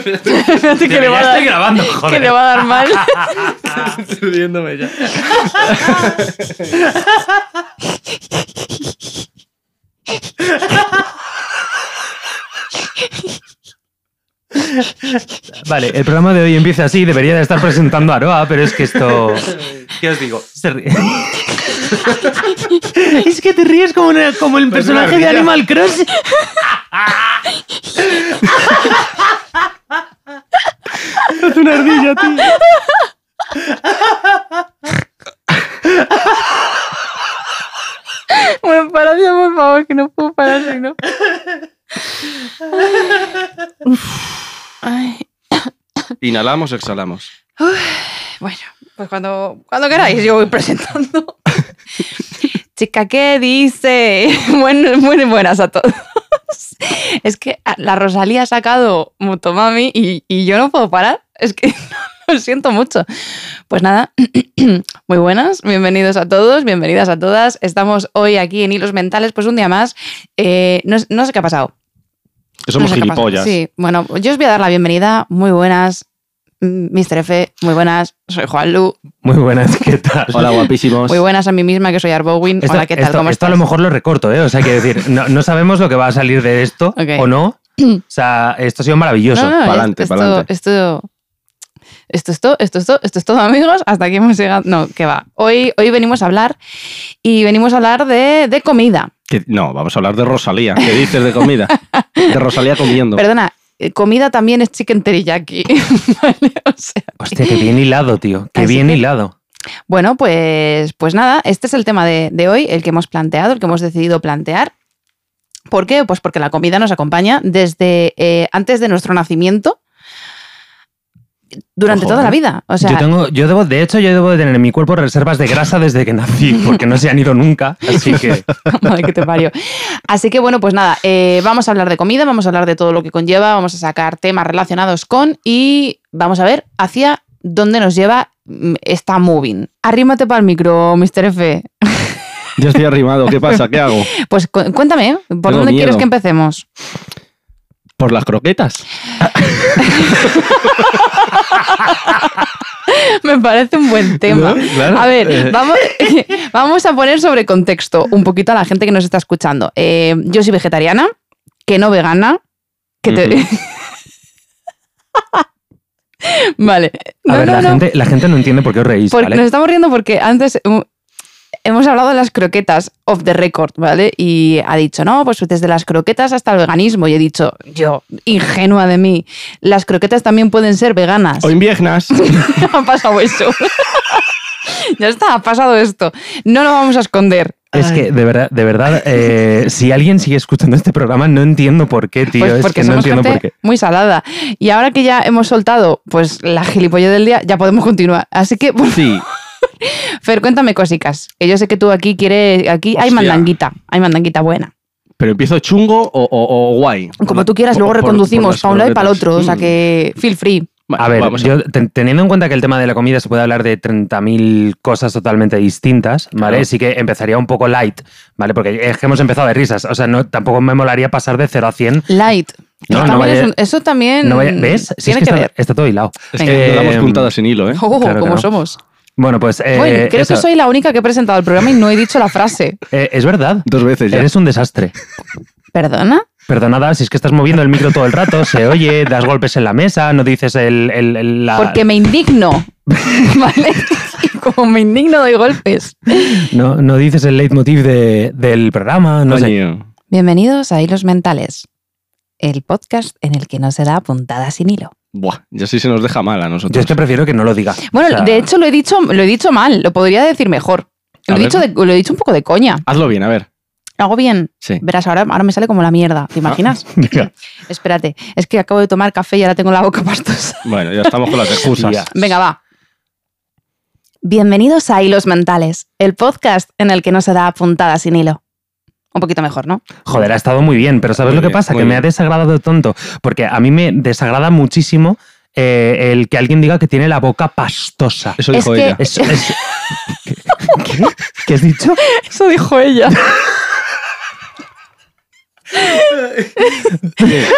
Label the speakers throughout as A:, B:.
A: Fíjate que le va a
B: ya
A: dar.
B: estoy grabando, joder.
A: Que le va a dar mal.
C: Subiéndome ya.
B: Vale, el programa de hoy empieza así, debería de estar presentando a Aroa, pero es que esto... ¿Qué os digo? Se ríe. es que te ríes como, una- como el
C: Parece una
B: personaje de
C: ardilla.
B: Animal Crossing. es una ardilla, tío.
A: Bueno, parad ya, por favor, que no puedo parar, si no. Ay.
C: Inhalamos, exhalamos.
A: Bueno, pues cuando, cuando queráis, yo voy presentando. Chica, ¿qué dice? Buen- muy buenas a todos. Es que a- la Rosalía ha sacado Motomami y, y yo no puedo parar. Es que lo siento mucho. Pues nada, muy buenas, bienvenidos a todos, bienvenidas a todas. Estamos hoy aquí en Hilos Mentales, pues un día más. Eh, no, es- no sé qué ha pasado.
C: Que somos
A: No sé qué ha pasado.
C: gilipollas.
A: Sí, bueno, yo os voy a dar la bienvenida. Muy buenas, mm, Mr. F. Muy buenas, soy Juanlu.
B: Muy buenas, ¿qué tal?
C: Hola, guapísimos.
A: Muy buenas a mí misma, que soy Arbowin.
B: Pues Esto,
A: Hola, ¿qué tal?
B: esto-
A: ¿Cómo
B: esto a
A: estás?
B: lo mejor lo recorto, ¿eh? O sea, que decir, no, no sabemos lo que va a salir de esto
A: Ok.
B: o no. O sea, esto ha sido maravilloso.
A: No, no,
C: Pa'lante,
A: esto,
C: pa'lante.
A: Esto, esto, esto, esto, esto, esto es todo, amigos. Hasta aquí hemos llegado. No, que va. Hoy, hoy venimos a hablar y venimos a hablar de, de comida.
C: Que- No, vamos a hablar de Rosalía. ¿Qué dices de comida? De Rosalía comiendo.
A: Perdona, eh, comida también es chicken teriyaki. Vale, o sea,
B: Hostia, qué bien hilado, tío. Qué
A: Así
B: bien
A: que-
B: hilado.
A: Bueno, pues, pues nada, este es el tema de, de hoy, el que hemos planteado, el que hemos decidido plantear. ¿Por qué? Pues porque la comida nos acompaña desde eh, antes de nuestro nacimiento, durante
B: Ojo,
A: toda
B: ¿eh?
A: la vida. O sea,
B: yo tengo, yo debo, de hecho, yo debo de tener en mi cuerpo reservas de grasa desde que nací, porque no se han ido nunca. Así que
A: Madre que te parió. Así que bueno, pues nada, eh, vamos a hablar de comida, vamos a hablar de todo lo que conlleva, vamos a sacar temas relacionados con y vamos a ver hacia dónde nos lleva mm, esta moving. Arrímate para el micro, Mr. F.
C: Yo estoy arrimado. ¿Qué pasa? ¿Qué hago?
A: Pues cu- cuéntame, ¿eh? ¿por
C: Tengo
A: dónde quieres
C: miedo.
A: que empecemos?
C: Por las croquetas.
A: Me parece un buen tema.
C: ¿No? Claro.
A: A ver,
C: Eh,
A: vamos, vamos a poner sobre contexto un poquito a la gente que nos está escuchando. Eh, yo soy vegetariana, que no vegana, que te...
C: Ujú.
A: vale.
B: a
A: No,
B: ver,
A: no,
B: la,
A: no.
B: gente, la gente no entiende por qué os reís,
A: Porque
B: ¿vale?
A: Nos estamos riendo porque antes um, hemos hablado de las croquetas off the record, ¿vale? Y ha dicho, no, pues desde las croquetas hasta el veganismo. Y he dicho, yo, ingenua de mí, las croquetas también pueden ser veganas.
C: O inviernas.
A: ha pasado eso. ya está, ha pasado esto. No lo vamos a esconder.
B: Es que, de verdad, de verdad eh, si alguien sigue escuchando este programa, no entiendo por qué, tío.
A: Pues
B: es
A: porque
B: que no
A: somos
B: entiendo por
A: gente
B: qué.
A: muy salada. Y ahora que ya hemos soltado pues la gilipollez del día, ya podemos continuar. Así que,
C: Sí.
A: Fer, cuéntame cositas. Que yo sé que tú aquí quieres. Aquí hay
C: Hostia.
A: mandanguita. Hay mandanguita buena.
C: Pero empiezo chungo o, o- o guay.
A: Como tú quieras, luego reconducimos para un lado y para el otro. O sea que. Feel free.
B: Mm. A ver, yo, ten- teniendo en cuenta que el tema de la comida se puede hablar de 30.000 cosas totalmente distintas, ¿vale?
C: Claro.
B: Sí que empezaría un poco light, ¿vale? Porque es que hemos empezado de risas. O sea, no, tampoco me molaría pasar de 0 a 100.
A: Light. Eso
B: No, no
A: también
B: vaya-
A: es un- eso también.
B: No vaya- ¿Ves? Si es
A: Tiene
B: que
A: que,
B: está,
A: ver.
B: está todo hilado.
C: Es que
A: Venga.
C: le damos
B: Eh,
C: puntadas sin hilo, ¿eh?
A: Ojo,
B: claro que
A: como
B: no.
A: somos.
B: Bueno, pues... eh,
A: Bueno, creo
B: eso.
A: que soy la única que he presentado el programa y no he dicho la frase.
B: Eh, es verdad.
C: Dos veces ya.
B: Eres un desastre.
A: ¿Perdona?
B: Perdonada, si es que estás moviendo el micro todo el rato, se oye, das golpes en la mesa, no dices el, el- el- la...
A: Porque me indigno. ¿Vale? Y como me indigno, doy golpes.
B: No, no dices el leitmotiv de- del programa, no sé.
C: Coño.
A: Bienvenidos a Hilos Mentales, el podcast en el que no se da puntada sin hilo.
C: Buah, ya sí se nos deja mal a
B: Yo
C: nosotros.
B: es que prefiero que no lo diga.
A: Bueno,
B: O sea,
A: de hecho lo he dicho, lo he dicho mal, lo podría decir mejor.
C: A
A: Lo he,
C: ver.
A: dicho de- lo he dicho un poco de coña.
C: Hazlo bien, a ver.
A: Lo hago bien.
C: Sí. Ah,
A: Verás, ahora, ahora me sale como la mierda, ¿te imaginas?
B: venga.
A: Espérate, es que acabo de tomar café y ahora tengo la boca pastosa.
C: Bueno, ya estamos con las excusas.
B: Tía.
A: Venga, va. Bienvenidos a Hilos Mentales, el podcast en el que no se da puntada sin hilo. Un poquito mejor, ¿no?
B: Joder, ha estado muy bien, pero ¿sabes
C: Muy
B: lo que
C: bien,
B: pasa?
C: muy
B: Que me
C: bien.
B: ha desagradado tanto, porque a mí me desagrada muchísimo eh, el que alguien diga que tiene la boca pastosa.
C: Eso
A: Es
C: dijo
A: que-
C: ella.
B: Es- es- ¿Qué, qué- qué has dicho?
A: Eso dijo ella.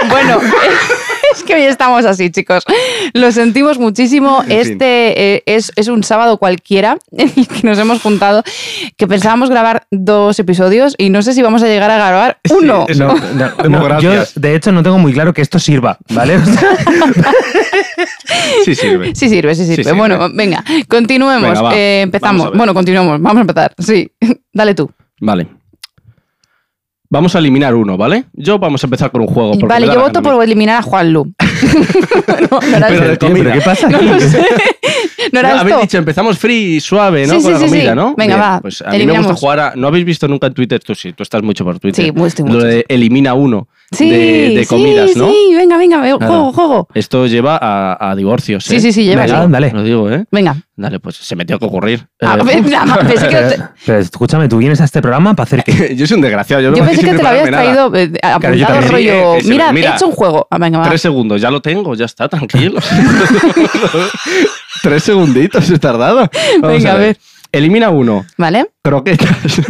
A: Bueno, es que hoy estamos así, chicos. Lo sentimos muchísimo.
C: En fin.
A: Este eh, es, es un sábado cualquiera en el que nos hemos juntado, que pensábamos grabar dos episodios y no sé si vamos a llegar a grabar uno.
C: es-
B: No, no,
C: Como
B: no, yo,
C: gracias.
B: de hecho, no tengo muy claro que esto sirva, ¿vale? O sea,
C: Sí sirve.
A: Sí sirve, sí sirve.
C: sirve.
A: bueno, venga, continuemos.
C: Venga, va.
A: Eh, empezamos.
C: Vamos a ver.
A: Bueno, continuamos. Vamos a empezar. Sí, dale tú.
C: Vale. Vamos a eliminar uno, ¿vale? Yo vamos a empezar con un juego. porque
A: vale,
C: me da
A: yo
C: la
A: voto
C: gana a mí.
A: por eliminar a Juan Lu. no, no era
C: Pero
A: esto.
C: de
B: tío,
C: comida.
B: ¿Pero qué pasa
A: No
B: aquí?
A: lo sé. No era
C: Habéis
A: esto.
C: dicho, empezamos free y suave, ¿no?
A: Sí,
C: con
A: sí,
C: la
A: sí,
C: comida,
A: sí.
C: ¿no?
A: Venga,
C: Bien,
A: va,
C: Pues a mí me
A: eliminamos.
C: gusta jugar a... ¿No habéis visto nunca en Twitter? Tú sí, tú estás mucho por Twitter.
A: Sí, muy- estoy
C: Lo
A: mucho.
C: de elimina uno
A: Sí,
C: de, de
A: sí,
C: comidas, ¿no?
A: Sí, venga, venga, ve-
C: Nada.
A: juego, juego.
C: Esto lleva a, a divorcios,
A: Sí,
C: ¿eh?
A: sí, sí, lleva,
B: Venga,
A: sí.
B: ándale.
C: Lo digo, ¿eh?
A: Venga.
C: Dale, pues se me tiene que ocurrir.
A: Ah,
C: Eh,
A: ve- nada más, pensé que no te-
B: Pero, pero escúchame, tú vienes a este programa para hacer que.
C: yo soy un desgraciado. Yo, no
A: yo
C: voy
A: pensé
C: sin
A: que te lo habías
C: prepararme nada.
A: traído eh,
B: Claro, yo
A: apuntado
B: también.
A: rollo.
C: Sí, eh,
A: mira,
C: mira.
A: he hecho un juego. Ah, venga, va.
C: Tres segundos, ya lo tengo, ya está, tranquilo. Tres segunditos he tardado. Vamos
A: Venga, a ver.
C: Elimina uno.
A: ¿Vale?
C: Croquetas.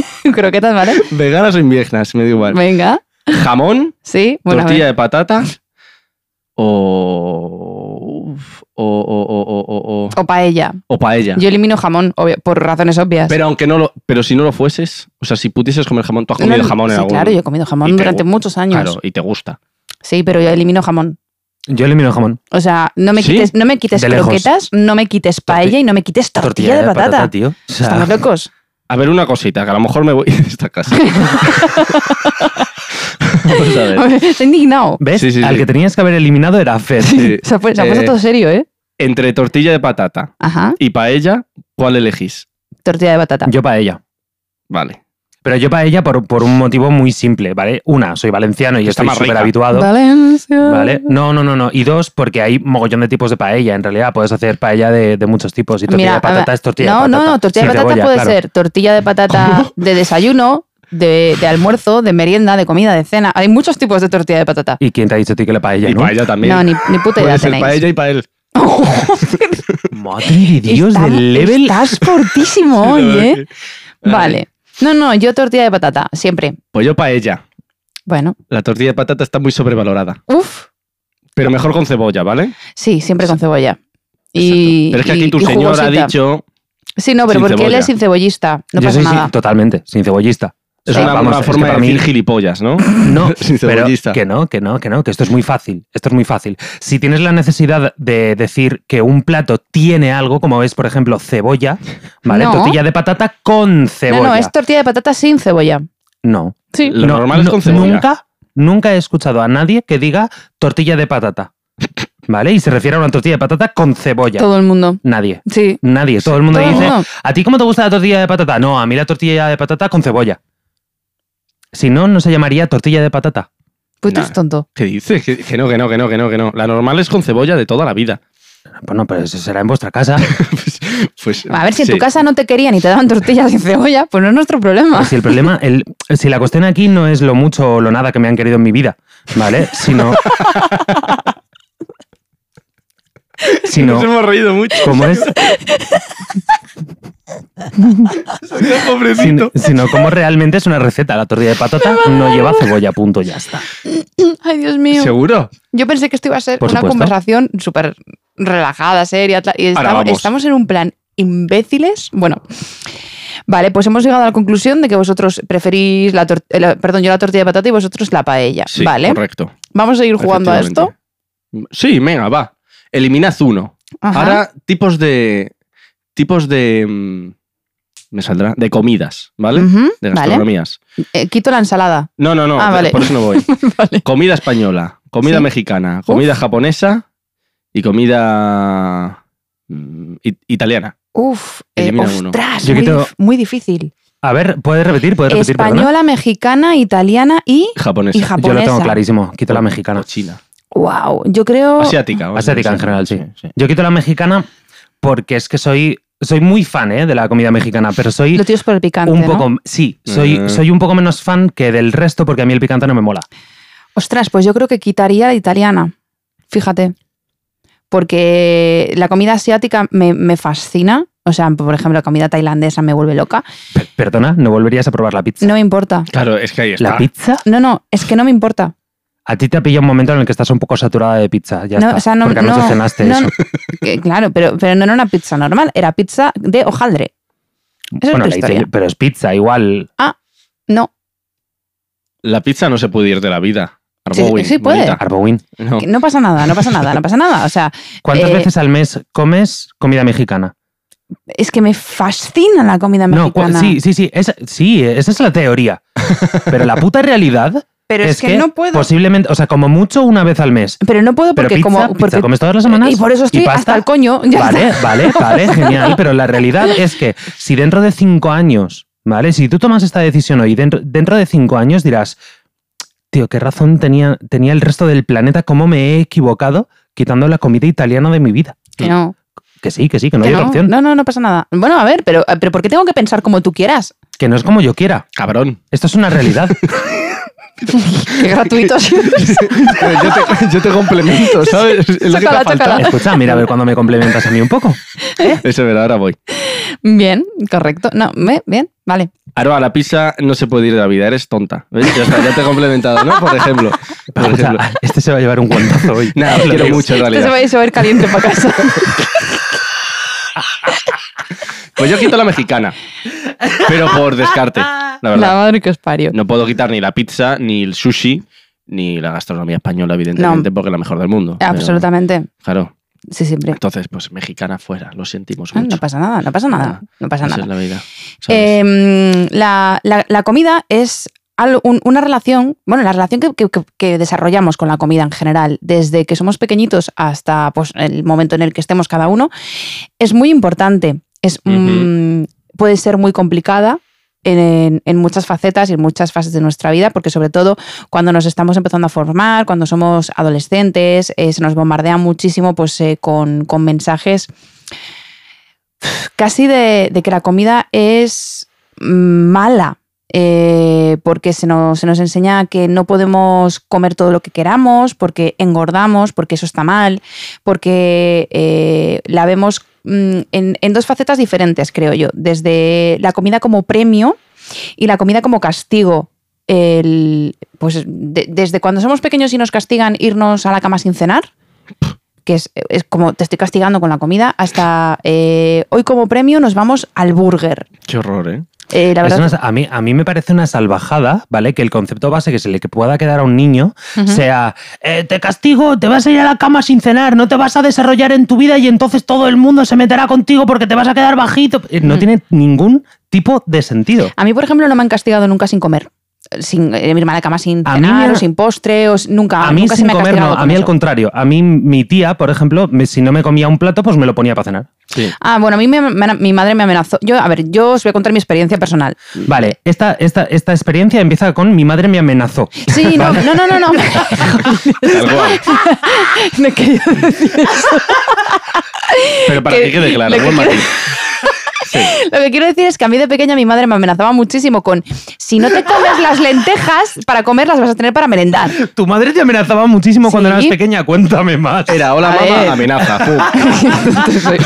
A: Sí. Croquetas, ¿vale?
C: Veganas o inviernas, me da igual.
A: Venga.
C: Jamón,
A: Sí, bueno, a ver.
C: tortilla de patatas o... O, o, o, o, o, o-
A: O paella.
C: o paella.
A: Yo elimino jamón, obvio, por razones obvias.
C: Pero aunque no lo, pero si no lo fueses, o sea, si pudieses comer jamón, tú has comido
A: No, no,
C: jamón en
A: sí,
C: algún
A: claro, yo he comido
C: Y
A: jamón
C: te
A: durante
C: gu-
A: muchos años.
C: Claro, y te gusta.
A: Sí, pero yo elimino jamón.
B: Yo elimino el jamón.
A: O sea, no me
C: ¿Sí?
A: quites, no me quites
B: De lejos.
A: croquetas, no me quites paella y no me quites tortilla, de patata.
B: tío. O sea,
A: Estamos locos.
C: A ver, una cosita, que a lo mejor me voy de esta casa. Vamos a ver.
A: Estoy indignado.
B: ¿Ves?
C: Sí, sí,
B: Al
C: sí.
B: que tenías que haber eliminado era Fer.
C: Sí.
A: Se ha pu- se ha
C: Eh,
A: puesto todo serio, ¿eh?
C: Entre tortilla de patata
A: Ajá.
C: y paella, ¿cuál elegís?
A: Tortilla de batata.
B: Yo para ella.
C: Vale.
B: Pero yo para ella por, por un motivo muy simple, ¿vale? Una, soy valenciano y
C: Que está
B: estoy
C: más rica.
B: súper habituado.
A: Valencia.
B: ¿Vale? No, no, no, no. Y dos, porque hay mogollón de tipos de paella. En realidad puedes hacer paella de, de muchos tipos. Y tortilla
A: Mira,
B: de
A: a
B: patata
A: ver,
B: es tortilla
A: no,
B: de patata.
A: no, no, tortilla de
B: Sin
A: patata
B: cebolla,
A: puede
B: claro.
A: ser tortilla de patata de desayuno, de, de almuerzo, de merienda, de comida, de cena. Hay muchos tipos de tortilla de patata.
B: ¿Y quién te ha dicho a ti que la paella,
C: y
B: no?
C: paella también.
A: No, ni, ni puta idea
C: Puede ser
A: tenéis.
C: paella y paella.
B: Madre de Dios,
A: Está-
B: del level.
A: Estás fortísimo
C: Sí, la
A: hoy,
C: verdad
A: ¿eh? Vale. No, no, yo tortilla de patata, siempre.
C: Pues yo paella.
A: Bueno,
C: La tortilla de patata está muy sobrevalorada.
A: uff,
C: Pero mejor con cebolla, ¿ale?
A: sí, siempre con cebolla. Y,
C: pero es que
A: y-
C: aquí tu
A: y
C: señor ha
A: jugosita.
C: dicho
A: Sí, no, pero
C: sin
A: porque él
C: cebolla.
A: es sin cebollista, no
B: yo
A: pasa
B: soy sin-
A: nada.
B: totalmente, sin cebollista.
C: es
B: O sea,
C: una,
B: vamos,
C: una
B: es
C: forma
B: que
C: de
B: para mí-
C: decir gilipollas, ¿no?
B: No,
C: Sin
B: pero
C: cebollista.
B: que no, que no, que no, que esto es muy fácil. Esto es muy fácil. Si tienes la necesidad de decir que un plato tiene algo, como es, por ejemplo, cebolla, ¿vale?
A: No.
B: Tortilla de patata con cebolla.
A: No, no, es tortilla de patata sin cebolla.
B: No.
A: Sí.
C: Lo
B: No,
C: normal es
B: no,
C: con cebolla.
B: Nunca, nunca he escuchado a nadie que diga tortilla de patata, ¿vale? Y se refiere a una tortilla de patata con cebolla.
A: Todo el mundo.
B: Nadie.
A: Sí.
B: Nadie, todo el mundo
A: Todo el
B: dice,
A: mundo.
B: ¿a ti cómo te gusta la tortilla de patata? No, a mí la tortilla de patata con cebolla. Si no, no se llamaría tortilla de patata.
A: Pues tú
C: Nah.
A: eres tonto.
C: ¿Qué dices? Que, que no, que no, que no, que no, que no. La normal es con cebolla de toda la vida.
B: Bueno, pero eso será en vuestra casa.
C: pues, pues-
A: A ver, si en
C: sí.
A: tu casa no te querían y te daban tortillas sin cebolla, pues no es nuestro problema.
B: Si el problema, el, si la cuestión aquí no es lo mucho o lo nada que me han querido en mi vida, ¿vale? Sino.
C: Nos
B: sino.
C: hemos reído mucho.
B: ¿Cómo es? Sino,
C: Pobrecito.
B: sino cómo realmente es una receta. La tortilla de patata no lleva cebolla, punto, ya está.
A: Ay, Dios mío.
C: ¿Seguro?
A: Yo pensé que esto iba a ser
B: Por
A: una
B: supuesto.
A: conversación súper relajada, seria. tal, Y
C: Ahora
A: estamos,
C: vamos.
A: estamos en un plan imbéciles. Bueno, vale, pues hemos llegado a la conclusión de que vosotros preferís la tortilla, perdón, yo la tortilla de patata y vosotros la paella.
C: Sí,
A: vale,
C: correcto.
A: vamos a seguir jugando a esto.
C: efectivamente. Sí, venga, va. Eliminad uno.
A: Ajá.
C: Ahora, tipos de. Tipos de. mm, Me saldrá. De comidas, ¿vale?
A: Ujú,
C: De
A: vale.
C: gastronomías.
A: Eh, quito la ensalada.
C: No, no, no.
A: Ah,
C: de-
A: vale.
C: Por eso no voy.
A: Vale.
C: Comida española, comida
A: Sí.
C: mexicana, comida japonesa y comida. mm, it- italiana.
A: Uf, eh,
C: Elimina uno.
A: ostras,
B: Yo
A: muy,
B: quito-
A: dif- muy difícil.
B: A ver, ¿puedes repetir? ¿Puedes repetir? perdona?
A: Española, mexicana, italiana y...
C: Japonesa.
A: Y japonesa.
B: Yo lo tengo clarísimo. Quito la mexicana.
C: O China.
A: Wow, yo creo...
C: Asiática. vamos a
B: Asiática en
C: decir.
B: general, sí. Yo quito la mexicana porque es que soy, soy muy fan ¿eh? de la comida mexicana, pero soy
A: Lo tienes por el picante,
B: un
A: ¿no?
B: poco. Sí, soy,
C: Eh.
B: soy un poco menos fan que del resto porque a mí el picante no me mola.
A: Ostras, pues yo creo que quitaría la italiana. Fíjate. Porque la comida asiática me, me fascina. O sea, por ejemplo, comida tailandesa me vuelve loca.
B: Pe- Perdona, ¿no volverías a probar la pizza?
A: No me importa.
C: Claro, es que ahí está.
B: ¿La pizza?
A: No, no, es que no me importa.
B: A ti te ha pillado un momento en el que estás un poco saturada de pizza. Ya
A: No,
B: está,
A: o sea, no-
B: porque anoche
A: no,
B: cenaste
A: no,
B: eso.
A: Que, claro, pero, pero no era una pizza normal, era pizza de hojaldre. es
B: bueno,
A: otra
B: le hice-
A: historia.
B: pero es pizza, igual.
A: No,
C: La pizza no se puede ir de la vida.
A: Sí,
C: Arbowin,
A: sí puede.
C: bonita.
B: Arbowin.
C: No.
A: que no pasa nada, no pasa nada, no pasa nada. O sea,
B: ¿Cuántas
A: Eh,
B: veces al mes comes comida mexicana?
A: es que me fascina la comida
B: No,
A: mexicana.
B: cua- sí, sí, sí, esa, sí, esa es la teoría. Pero la puta realidad
A: pero
B: es,
A: es, que, no puedo.
B: posiblemente, o sea, como mucho una vez al mes.
A: pero no puedo
B: Pero
A: porque
B: pizza,
A: como
B: pizza,
A: porque-
B: comes todas las semanas.
A: y por eso estoy
B: pasta.
A: hasta el coño. ya está.
B: Vale, vale, vale, genial. Pero la realidad es que si dentro de cinco años, ¿vale? Si tú tomas esta decisión hoy, dentro, dentro de cinco años dirás, tío, qué razón tenía, tenía el resto del planeta, cómo me he equivocado quitando la comida italiana de mi vida.
A: Que no,
B: Que sí, que sí, que no
A: que
B: hay
A: no,
B: otra opción.
A: no, no, no pasa nada. Bueno, a ver, pero, pero ¿por qué tengo que pensar como tú quieras?
B: Que no es como yo quiera.
C: Cabrón.
B: Esto es una realidad.
A: Qué gratuito ha sido.
C: yo, te, yo te complemento, ¿sabes? Es lo que te ha
A: Chócala,
C: faltado.
A: chócala.
B: Escucha, mira a ver cuando me complementas a mí un poco.
C: Eso verá, ahora voy.
A: Bien, correcto. No, me- bien, vale.
C: Aroa, la pizza no se puede ir de la vida, eres tonta. ¿Ves? Ya, está, ya te he complementado, ¿no? Por ejemplo. Por
B: Escucha,
C: ejemplo.
B: este se va a llevar un guantazo hoy.
C: Nada, Este os
B: Lo
C: quiero
B: digo.
C: mucho, en
A: Esto se
C: realidad.
A: va a ir- se va a ir caliente para casa.
C: Pues yo quito la mexicana. Pero por descarte, la
A: La
C: verdad.
A: madre que os parió.
C: No puedo quitar ni la pizza, ni el sushi, ni la gastronomía española, evidentemente, porque es la mejor del mundo. Pero,
A: Ah, Absolutamente.
C: Claro.
A: Sí, siempre.
C: Entonces, pues mexicana fuera, lo sentimos
A: Ah,
C: mucho.
A: no pasa nada, no pasa nada, no pasa
C: Esa
A: nada.
C: es la vida. ¿sabes?
A: Eh, la, la- la comida es al- un- una relación, bueno, la relación que, que- que- que desarrollamos con la comida en general, desde que somos pequeñitos hasta pues, el momento en el que estemos cada uno, es muy importante. Es,
C: Ujú.
A: mm, puede ser muy complicada. En, en muchas facetas y en muchas fases de nuestra vida, porque sobre todo cuando nos estamos empezando a formar, cuando somos adolescentes, eh, se nos bombardea muchísimo pues, eh, con, con mensajes casi de, de que la comida es mm, mala. eh, porque se nos, se nos enseña que no podemos comer todo lo que queramos, porque engordamos, porque eso está mal, porque eh, la vemos mm, en, en dos facetas diferentes, creo yo. Desde la comida como premio y la comida como castigo. El- pues de- desde cuando somos pequeños y nos castigan irnos a la cama sin cenar, que es, es como te estoy castigando con la comida, hasta eh, hoy como premio nos vamos al burger.
C: Qué horror, ¿eh?
A: Eh, la
B: Es
A: verdad.
B: una- a, mí, a mí me parece una salvajada, ¿vale? Que el concepto base que se le pueda quedar a un niño
A: Ujú.
B: sea, eh, te castigo, te vas a ir a la cama sin cenar, no te vas a desarrollar en tu vida y entonces todo el mundo se meterá contigo porque te vas a quedar bajito. Eh, No
A: Mm.
B: tiene ningún tipo de sentido.
A: A mí, por ejemplo, no me han castigado nunca sin comer. Sin eh, irme a la cama sin
B: A mí
A: cenar
B: me-
A: o sin postre. O, s- nunca
B: a
A: Ah,
B: mí
A: nunca se
B: sin
A: me ha
B: comer
A: castigado
B: no,
A: con
B: a mí al
A: eso.
B: contrario. A mí mi tía, por ejemplo, me- si no me comía un plato, pues me lo ponía para cenar.
C: Sí.
A: Ah, bueno, a mí me- me- mi madre me amenazó. Yo, a ver, yo os voy a contar mi experiencia personal.
B: Vale, esta, esta, esta experiencia empieza con mi madre me amenazó.
A: Sí, no, no, no, no, no.
C: Tal cual.
A: No he querido decir
C: Pero para
A: Que-
C: que quede claro,
A: lo que
C: buen
A: quiero-
C: matiz. Sí.
A: Lo que quiero decir es que a mí de pequeña mi madre me amenazaba muchísimo con si no te comes las lentejas, para comer las vas a tener para merendar.
B: Tu madre te amenazaba muchísimo cuando
A: Sí.
B: eras pequeña, cuéntame más.
C: Era hola
A: A
C: mamá,
A: ver.
C: amenaza, pum.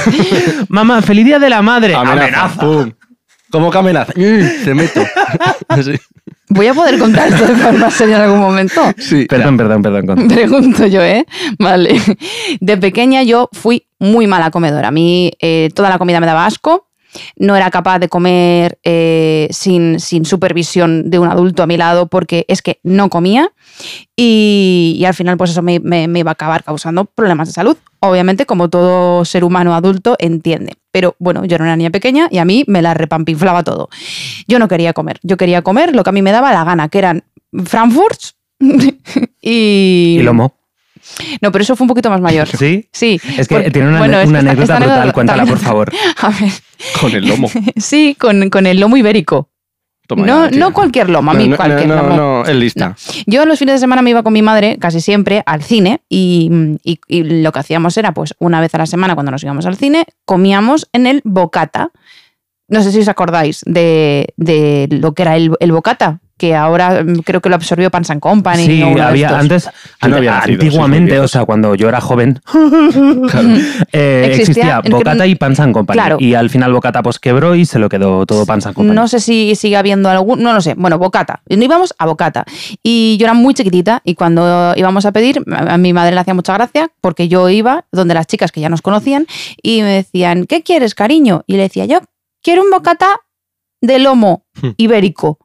B: Mamá, feliz día de la madre.
C: Amenaza,
B: Amenaza.
C: pum. ¿Cómo que amenaza? Mm, Se meto. Sí.
A: Voy a poder contar esto de forma seria en algún momento.
C: Sí.
B: Perdón, perdón, perdón. con-
A: Pregunto yo, ¿eh? Vale. De pequeña yo fui muy mala comedora. A mí eh, toda la comida me daba asco. No era capaz de comer eh, sin, sin supervisión de un adulto a mi lado porque es que no comía. Y, y al final, pues eso me, me- me iba a acabar causando problemas de salud. Obviamente, como todo ser humano adulto entiende. Pero bueno, yo era una niña pequeña y a mí me la repampinflaba todo. Yo no quería comer. Yo quería comer lo que a mí me daba la gana, que eran Frankfurts y...
B: Y lomo.
A: No, pero eso fue un poquito más mayor.
B: ¿Sí?
A: Sí.
B: Es que
A: porque-
B: tiene una,
A: bueno, es
B: una
A: que esta-
B: anécdota
A: esta
B: brutal,
A: anécdota
B: cuéntala,
A: también-
B: por favor.
A: A ver,
C: Con el lomo.
A: sí, con, con el lomo ibérico.
C: Toma
A: no,
C: ya, tío.
A: no cualquier lomo, a mí
C: No, no,
A: cualquier
C: no,
A: lomo.
C: no, es lista.
A: Yo los fines de semana me iba con mi madre, casi siempre, al cine y, y- y lo que hacíamos era, pues, una vez a la semana cuando nos íbamos al cine, comíamos en el bocata No sé si os acordáis de, de lo que era el, el bocata, que ahora mm, creo que lo absorbió Pans and Company.
B: Sí,
A: o uno de
B: había
A: estos.
B: antes, ante-
C: había nacido,
B: antiguamente,
C: sois muy
B: o sea, cuando yo era joven, eh,
A: Existía-
B: existía,
A: en que-
B: Bocata y Pan San Company.
A: Claro.
B: Y al final Bocata pues quebró y se lo quedó todo Pan San Company.
A: No sé si sigue habiendo algún, no lo sé. Bueno, bocata. Y íbamos a bocata. Y yo era muy chiquitita y cuando íbamos a pedir, a a mi madre le hacía mucha gracia porque yo iba donde las chicas que ya nos conocían y me decían, ¿qué quieres, cariño? Y le decía, yo quiero un bocata de lomo
C: Hmm.
A: ibérico.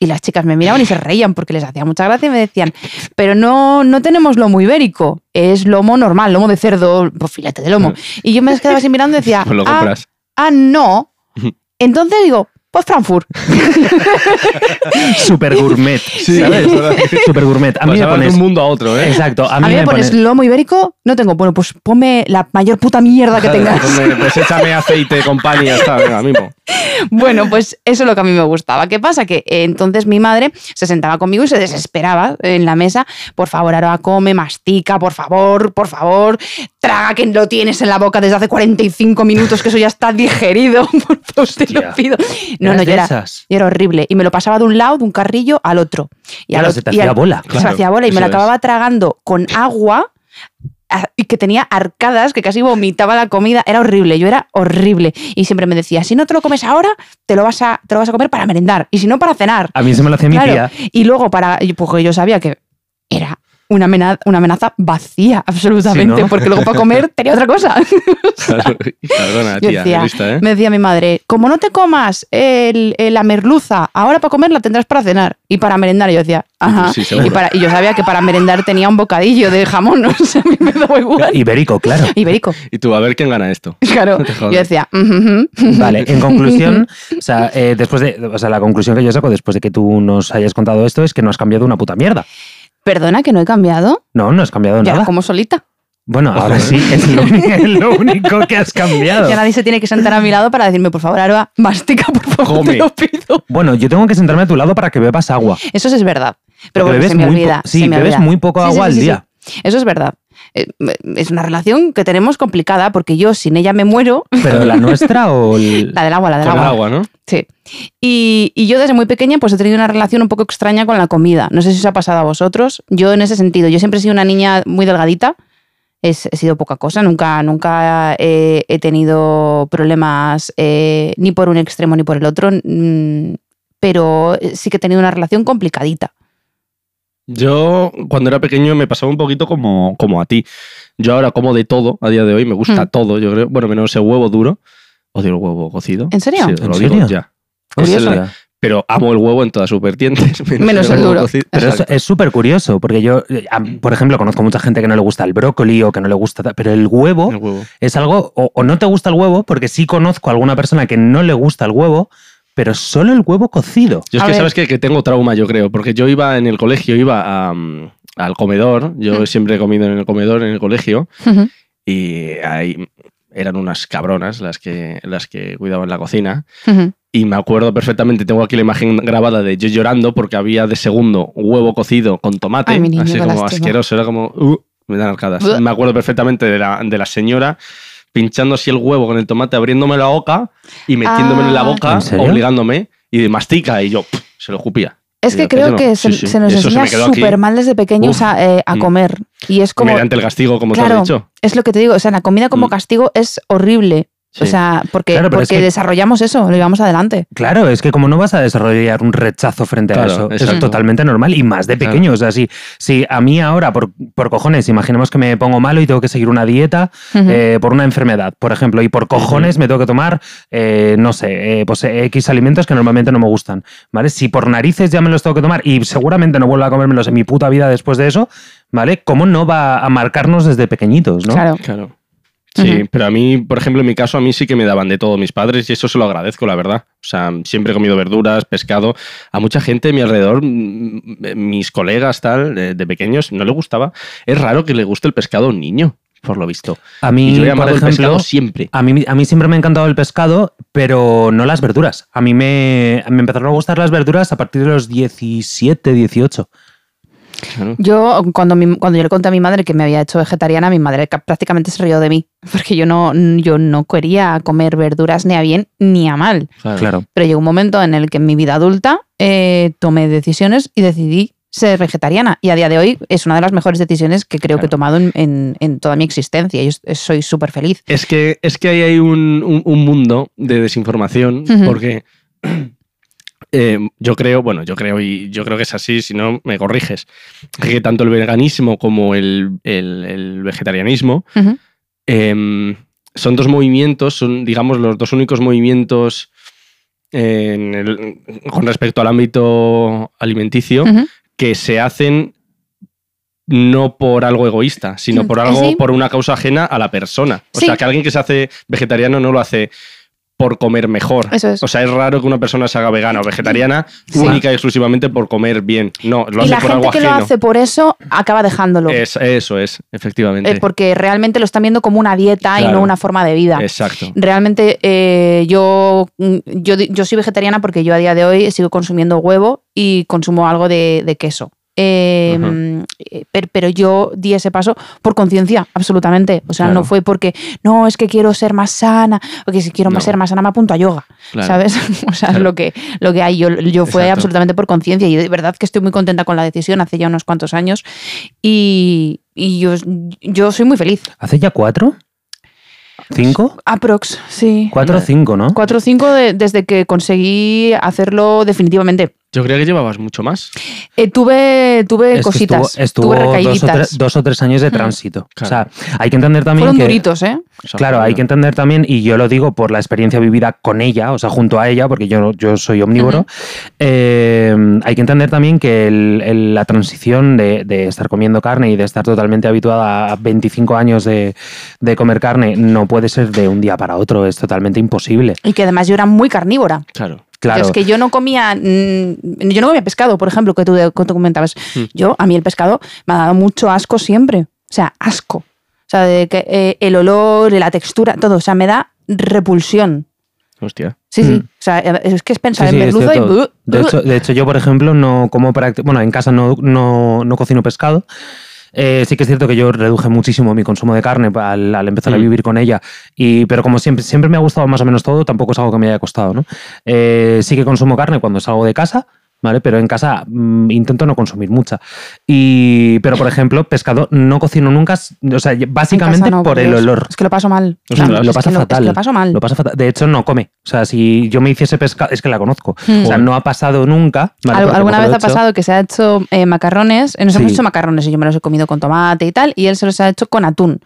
A: Y las chicas me miraban y se reían porque les hacía mucha gracia y me decían, pero no, no tenemos lomo ibérico, es lomo normal, lomo de cerdo, pues, filete de lomo. Y yo me quedaba así mirando y decía,
C: Hmm. Pues lo
A: "Ah,
C: compras.
A: ah, no. Entonces digo, pues Frankfurt.
B: Super gourmet.
C: Sí, Pues
B: ¿sabes? Super gourmet. A mí me
C: Pasabas de
B: pones.
C: un mundo a otro, ¿eh?
B: Exacto. A
A: A mí, me pones lomo ibérico, no tengo. Bueno, pues ponme la mayor puta mierda que tengas.
C: Ponme- Pues échame aceite, compañía, está, venga, mismo.
A: Bueno, pues eso es lo que a mí me gustaba. ¿Qué pasa? Que eh, entonces mi madre se sentaba conmigo y se desesperaba en la mesa. Por favor, ahora come, mastica, por favor, por favor. Traga que lo tienes en la boca desde hace 45 minutos, que eso ya está digerido. Por favor, te lo
B: Hostia.
A: pido. No, no, yo era, yo era horrible. Y me lo pasaba de un lado, de un carrillo, al otro. Y
B: Claro,
A: al
B: se
A: otro-
B: te
A: y
B: hacía
A: al-
B: bola.
A: se me
C: Claro,
A: hacía bola y me
C: eso
A: la
C: es.
A: acababa tragando con agua a- y que tenía arcadas que casi vomitaba la comida. Era horrible, yo era horrible. Y siempre me decía, si no te lo comes ahora, te lo vas a, te lo vas a comer para merendar y si no para cenar.
B: A mí se me lo hacía mi
A: Claro.
B: tía.
A: Y luego para, y porque yo sabía que era una amenaza, una amenaza vacía, absolutamente,
B: Sí, ¿no?
A: porque luego para comer tenía otra cosa.
C: Perdona,
A: Yo
C: tía,
A: decía,
C: lista, ¿eh?
A: Me decía mi madre, como no te comas el- el- la merluza, ahora para comer la tendrás para cenar y para merendar. Y yo decía, ajá.
C: Sí, seguro.
A: y, para- y yo sabía que para merendar tenía un bocadillo de jamón, o sea, a mí me daba igual.
B: Ibérico, claro.
A: Ibérico,
C: Y tú, a ver quién gana esto.
A: claro.
C: te
A: Yo
C: jodas.
A: decía, "Ujú, ujú".
B: Vale, en conclusión, o sea, eh, después de, o sea, la conclusión que yo saco después de que tú nos hayas contado esto es que no has cambiado una puta mierda.
A: perdona que no he cambiado,
B: No, no has
C: Pues
B: cambiado
A: ya
B: nada.
A: como solita.
B: Bueno, ahora sí, es lo, uni- es lo único que has cambiado.
A: Ya nadie se tiene que sentar a mi lado para decirme, por favor, Arba, mastica, por favor,
C: Come.
A: te lo pido.
B: Bueno, yo tengo que sentarme a tu lado para que bebas agua.
A: Eso sí es verdad. Pero
B: Porque
A: bueno,
B: bebes
A: se me
B: muy
A: olvida.
B: po- sí,
A: se me
B: bebes
A: olvida.
B: muy poco
A: Sí, sí,
B: agua
A: sí,
B: al
A: sí,
B: día.
A: sí. Eso es verdad. Eh, Es una relación que tenemos complicada porque yo sin ella me muero.
B: Pero la nuestra o el-
A: La del agua, la del
C: Con
A: agua.
C: agua, ¿no?
A: Sí. Y, y yo desde muy pequeña pues he tenido una relación un poco extraña con la comida. No sé si os ha pasado a vosotros. Yo en ese sentido, yo siempre he sido una niña muy delgadita. Es- he sido poca cosa. Nunca, nunca eh, he tenido problemas eh, ni por un extremo ni por el otro. mm, Pero sí que he tenido una relación complicadita.
C: Yo, cuando era pequeño, me pasaba un poquito como, como a ti. Yo ahora como de todo, a día de hoy, me gusta
A: Mm.
C: todo, yo creo. Bueno, menos el huevo duro. Odio el huevo cocido.
A: ¿En serio?
C: Sí,
B: ¿En
C: lo digo
B: serio?
C: ya.
B: Hostia.
C: Es el- pero amo el huevo en todas sus vertientes.
A: Menos el
C: huevo
A: duro.
C: cocido.
B: Pero es-
C: Exacto.
B: es súper curioso, porque yo, eh, a- por ejemplo, conozco mucha gente que no le gusta el brócoli o que no le gusta, ta- pero el huevo
C: El huevo.
B: es algo, o, o no te gusta el huevo, porque sí conozco a alguna persona que no le gusta el huevo, pero solo el huevo cocido.
C: Yo es
A: A
C: que
A: ver.
C: sabes qué? que tengo trauma, yo creo, porque yo iba en el colegio, iba a, mm, al comedor, yo
A: Mm.
C: siempre he comido en el comedor, en el colegio,
A: Ujú.
C: y ahí eran unas cabronas las que, las que cuidaban la cocina.
A: Ujú.
C: Y me acuerdo perfectamente, tengo aquí la imagen grabada de yo llorando porque había de segundo huevo cocido con tomate,
A: Ay, mi niño,
C: así
A: qué
C: como
A: lástima.
C: asqueroso, era como, "Uh", me dan arcadas.
A: Buah.
C: Me acuerdo perfectamente de la, de la señora pinchando así el huevo con el tomate, abriéndome la boca y metiéndome en la
A: Ah.
C: boca,
B: ¿En serio?
C: obligándome, y de mastica, y yo "Pff", se lo escupía.
A: Es
C: Y
A: que
C: de
A: creo
C: repente
A: que
C: no.
A: se,
C: Sí, sí.
A: se nos
C: Eso se me
A: enseña
C: quedó aquí.
A: súper mal desde pequeños
C: Uf.
A: a, eh, a
C: Mm.
A: comer. Y es como,
C: mediante el castigo, como te
A: Claro.
C: has dicho.
A: es lo que te digo, o sea, la comida como
C: Mm.
A: castigo es horrible. O
C: Sí.
A: sea, porque,
B: Claro, pero es
A: porque
B: que-
A: desarrollamos eso, lo llevamos adelante.
B: Claro, es que como no vas a desarrollar un rechazo frente
C: Claro,
B: a eso, es
C: exacto.
B: totalmente normal y más de
C: Claro.
B: pequeño. O sea, si, si a mí ahora, por, por cojones, imaginemos que me pongo malo y tengo que seguir una dieta
A: Ujú.
B: eh, por una enfermedad, por ejemplo, y por cojones me tengo que tomar, eh, no sé, eh, pues eh, X alimentos que normalmente no me gustan, ¿vale? Si por narices ya me los tengo que tomar y seguramente no vuelvo a comérmelos en mi puta vida después de eso, ¿vale? ¿Cómo no va a marcarnos desde pequeñitos, no?
A: Claro.
C: Claro. Sí,
A: Ujú.
C: pero a mí, por ejemplo, en mi caso, a mí sí que me daban de todo mis padres y eso se lo agradezco, la verdad. O sea, siempre he comido verduras, pescado. A mucha gente a mi alrededor, mm, mis colegas, tal, de, de pequeños, no le gustaba. Es raro que le guste el pescado a un niño, por lo visto.
B: A
C: Y,
B: mí,
C: yo he
B: por
C: amado el
B: ejemplo,
C: pescado siempre.
B: A mí, a mí siempre me ha encantado el pescado, pero no las verduras. A mí me, me empezaron a gustar las verduras a partir de los 17, 18.
C: Claro.
A: Yo, cuando, mi- cuando yo le conté a mi madre que me había hecho vegetariana, mi madre ca- prácticamente se rió de mí, porque yo no, yo no quería comer verduras ni a bien ni a mal.
B: Claro.
A: Pero llegó un momento en el que en mi vida adulta eh, tomé decisiones y decidí ser vegetariana. Y a día de hoy es una de las mejores decisiones que creo que he
C: Claro.
A: tomado en, en- en toda mi existencia. Yo es- soy súper feliz.
C: Es que, es que ahí hay un, un- un mundo de desinformación,
A: Ujú.
C: porque eh, yo creo, bueno, yo creo y yo creo que es así, si no me corriges, que tanto el veganismo como el, el- el vegetarianismo
A: Ujú.
C: em, son dos movimientos, son, digamos, los dos únicos movimientos en el- con respecto al ámbito alimenticio
A: Ujú.
C: que se hacen no por algo egoísta, sino por algo,
A: Mm, Sí.
C: por una causa ajena a la persona. O
A: Sí.
C: sea, que alguien que se hace vegetariano no lo hace por comer mejor.
A: Eso es.
C: O sea, es raro que una persona se haga vegana o vegetariana
A: Sí.
C: única y exclusivamente por comer bien. No, lo
A: y
C: hace
A: la
C: por algo
A: gente que lo
C: ajeno.
A: hace por eso acaba dejándolo.
C: Es- eso es, efectivamente.
A: Eh, porque realmente lo están viendo como una dieta y
C: Claro.
A: no una forma de vida.
C: Exacto.
A: Realmente eh, yo, mm, yo, di- yo soy vegetariana porque yo a día de hoy sigo consumiendo huevo y consumo algo de, de queso. Eh,
C: Ajá.
A: mm, eh, per- pero yo di ese paso por conciencia, absolutamente. O sea,
C: Claro.
A: no fue porque, no, es que quiero ser más sana, porque si quiero más
C: No.
A: ser más sana me apunto a yoga,
C: Claro.
A: ¿sabes? O sea,
C: Claro.
A: lo, que, lo que hay, yo, yo fue
C: Exacto.
A: absolutamente por conciencia y de verdad que estoy muy contenta con la decisión hace ya unos cuantos años y, y yo, yo soy muy feliz.
B: ¿Hace ya cuatro?
C: Pues,
B: ¿Cinco?
A: Aprox, sí.
B: Cuatro o cinco, ¿no?
A: 4 o 5 desde que conseguí hacerlo definitivamente.
C: Yo creía que llevabas mucho más.
A: Eh, tuve tuve
B: Es que
A: cositas,
B: Estuvo,
A: tuve
B: estuvo dos, o
A: recaíditas.
B: tres, dos o tres años de tránsito.
C: Claro.
B: O sea, hay que entender también
A: Fueron
B: que.
A: duritos, ¿eh?
C: O sea,
B: Claro, hay que entender también, y yo lo digo por la experiencia vivida con ella, o sea, junto a ella, porque yo, yo soy omnívoro, eh, hay que entender también que el- el- la transición de, de estar comiendo carne y de estar totalmente habituada a 25 años de, de comer carne no puede ser de un día para otro, es totalmente imposible.
A: Y que además yo era muy carnívora.
C: Claro.
B: Claro,
A: Es que yo no comía mm, yo no comía pescado, por ejemplo, que tú, de- que tú comentabas.
C: Mm.
A: Yo a mí el pescado me ha dado mucho asco siempre, o sea, asco. O sea, de que eh, el olor, la textura, todo, o sea, me da repulsión.
C: Hostia.
A: Sí, sí.
B: Mm.
A: O sea, eh, es que es
B: Sí,
A: pensar
B: sí,
A: en
B: es
A: merluza y...
B: cierto.
A: buh,
B: de,
A: buh.
B: hecho, de hecho, yo, por ejemplo, no como prácti- Bueno, en casa no, no, no cocino pescado. Eh, sí que es cierto que yo reduje muchísimo mi consumo de carne al, al empezar a
C: Mm.
B: vivir con ella. Y, pero como siempre, siempre me ha gustado más o menos todo, tampoco es algo que me haya costado, ¿no? Eh, sí que consumo carne cuando salgo de casa. ¿Vale? Pero en casa mm, intento no consumir mucha. Y, pero, por ejemplo, pescado no cocino nunca, o sea,
A: En casa
B: básicamente
A: no,
B: por el
A: Dios.
B: olor.
A: Es que lo paso mal.
C: Ostras,
A: Claro,
B: lo
A: es
B: pasa
A: que no- es que
B: fatal.
A: lo paso mal.
B: Lo pasa fatal. De hecho, no come. O sea, si yo me hiciese pescado, es que la conozco.
A: Mm.
B: O sea, no ha pasado nunca. ¿vale?
A: Al- alguna
B: Porque como
A: vez
B: lo
A: ha
B: he hecho-
A: pasado que se ha hecho eh, macarrones, eh, nos hemos
B: Sí.
A: hecho macarrones y yo me los he comido con tomate y tal, y él se los ha hecho con atún.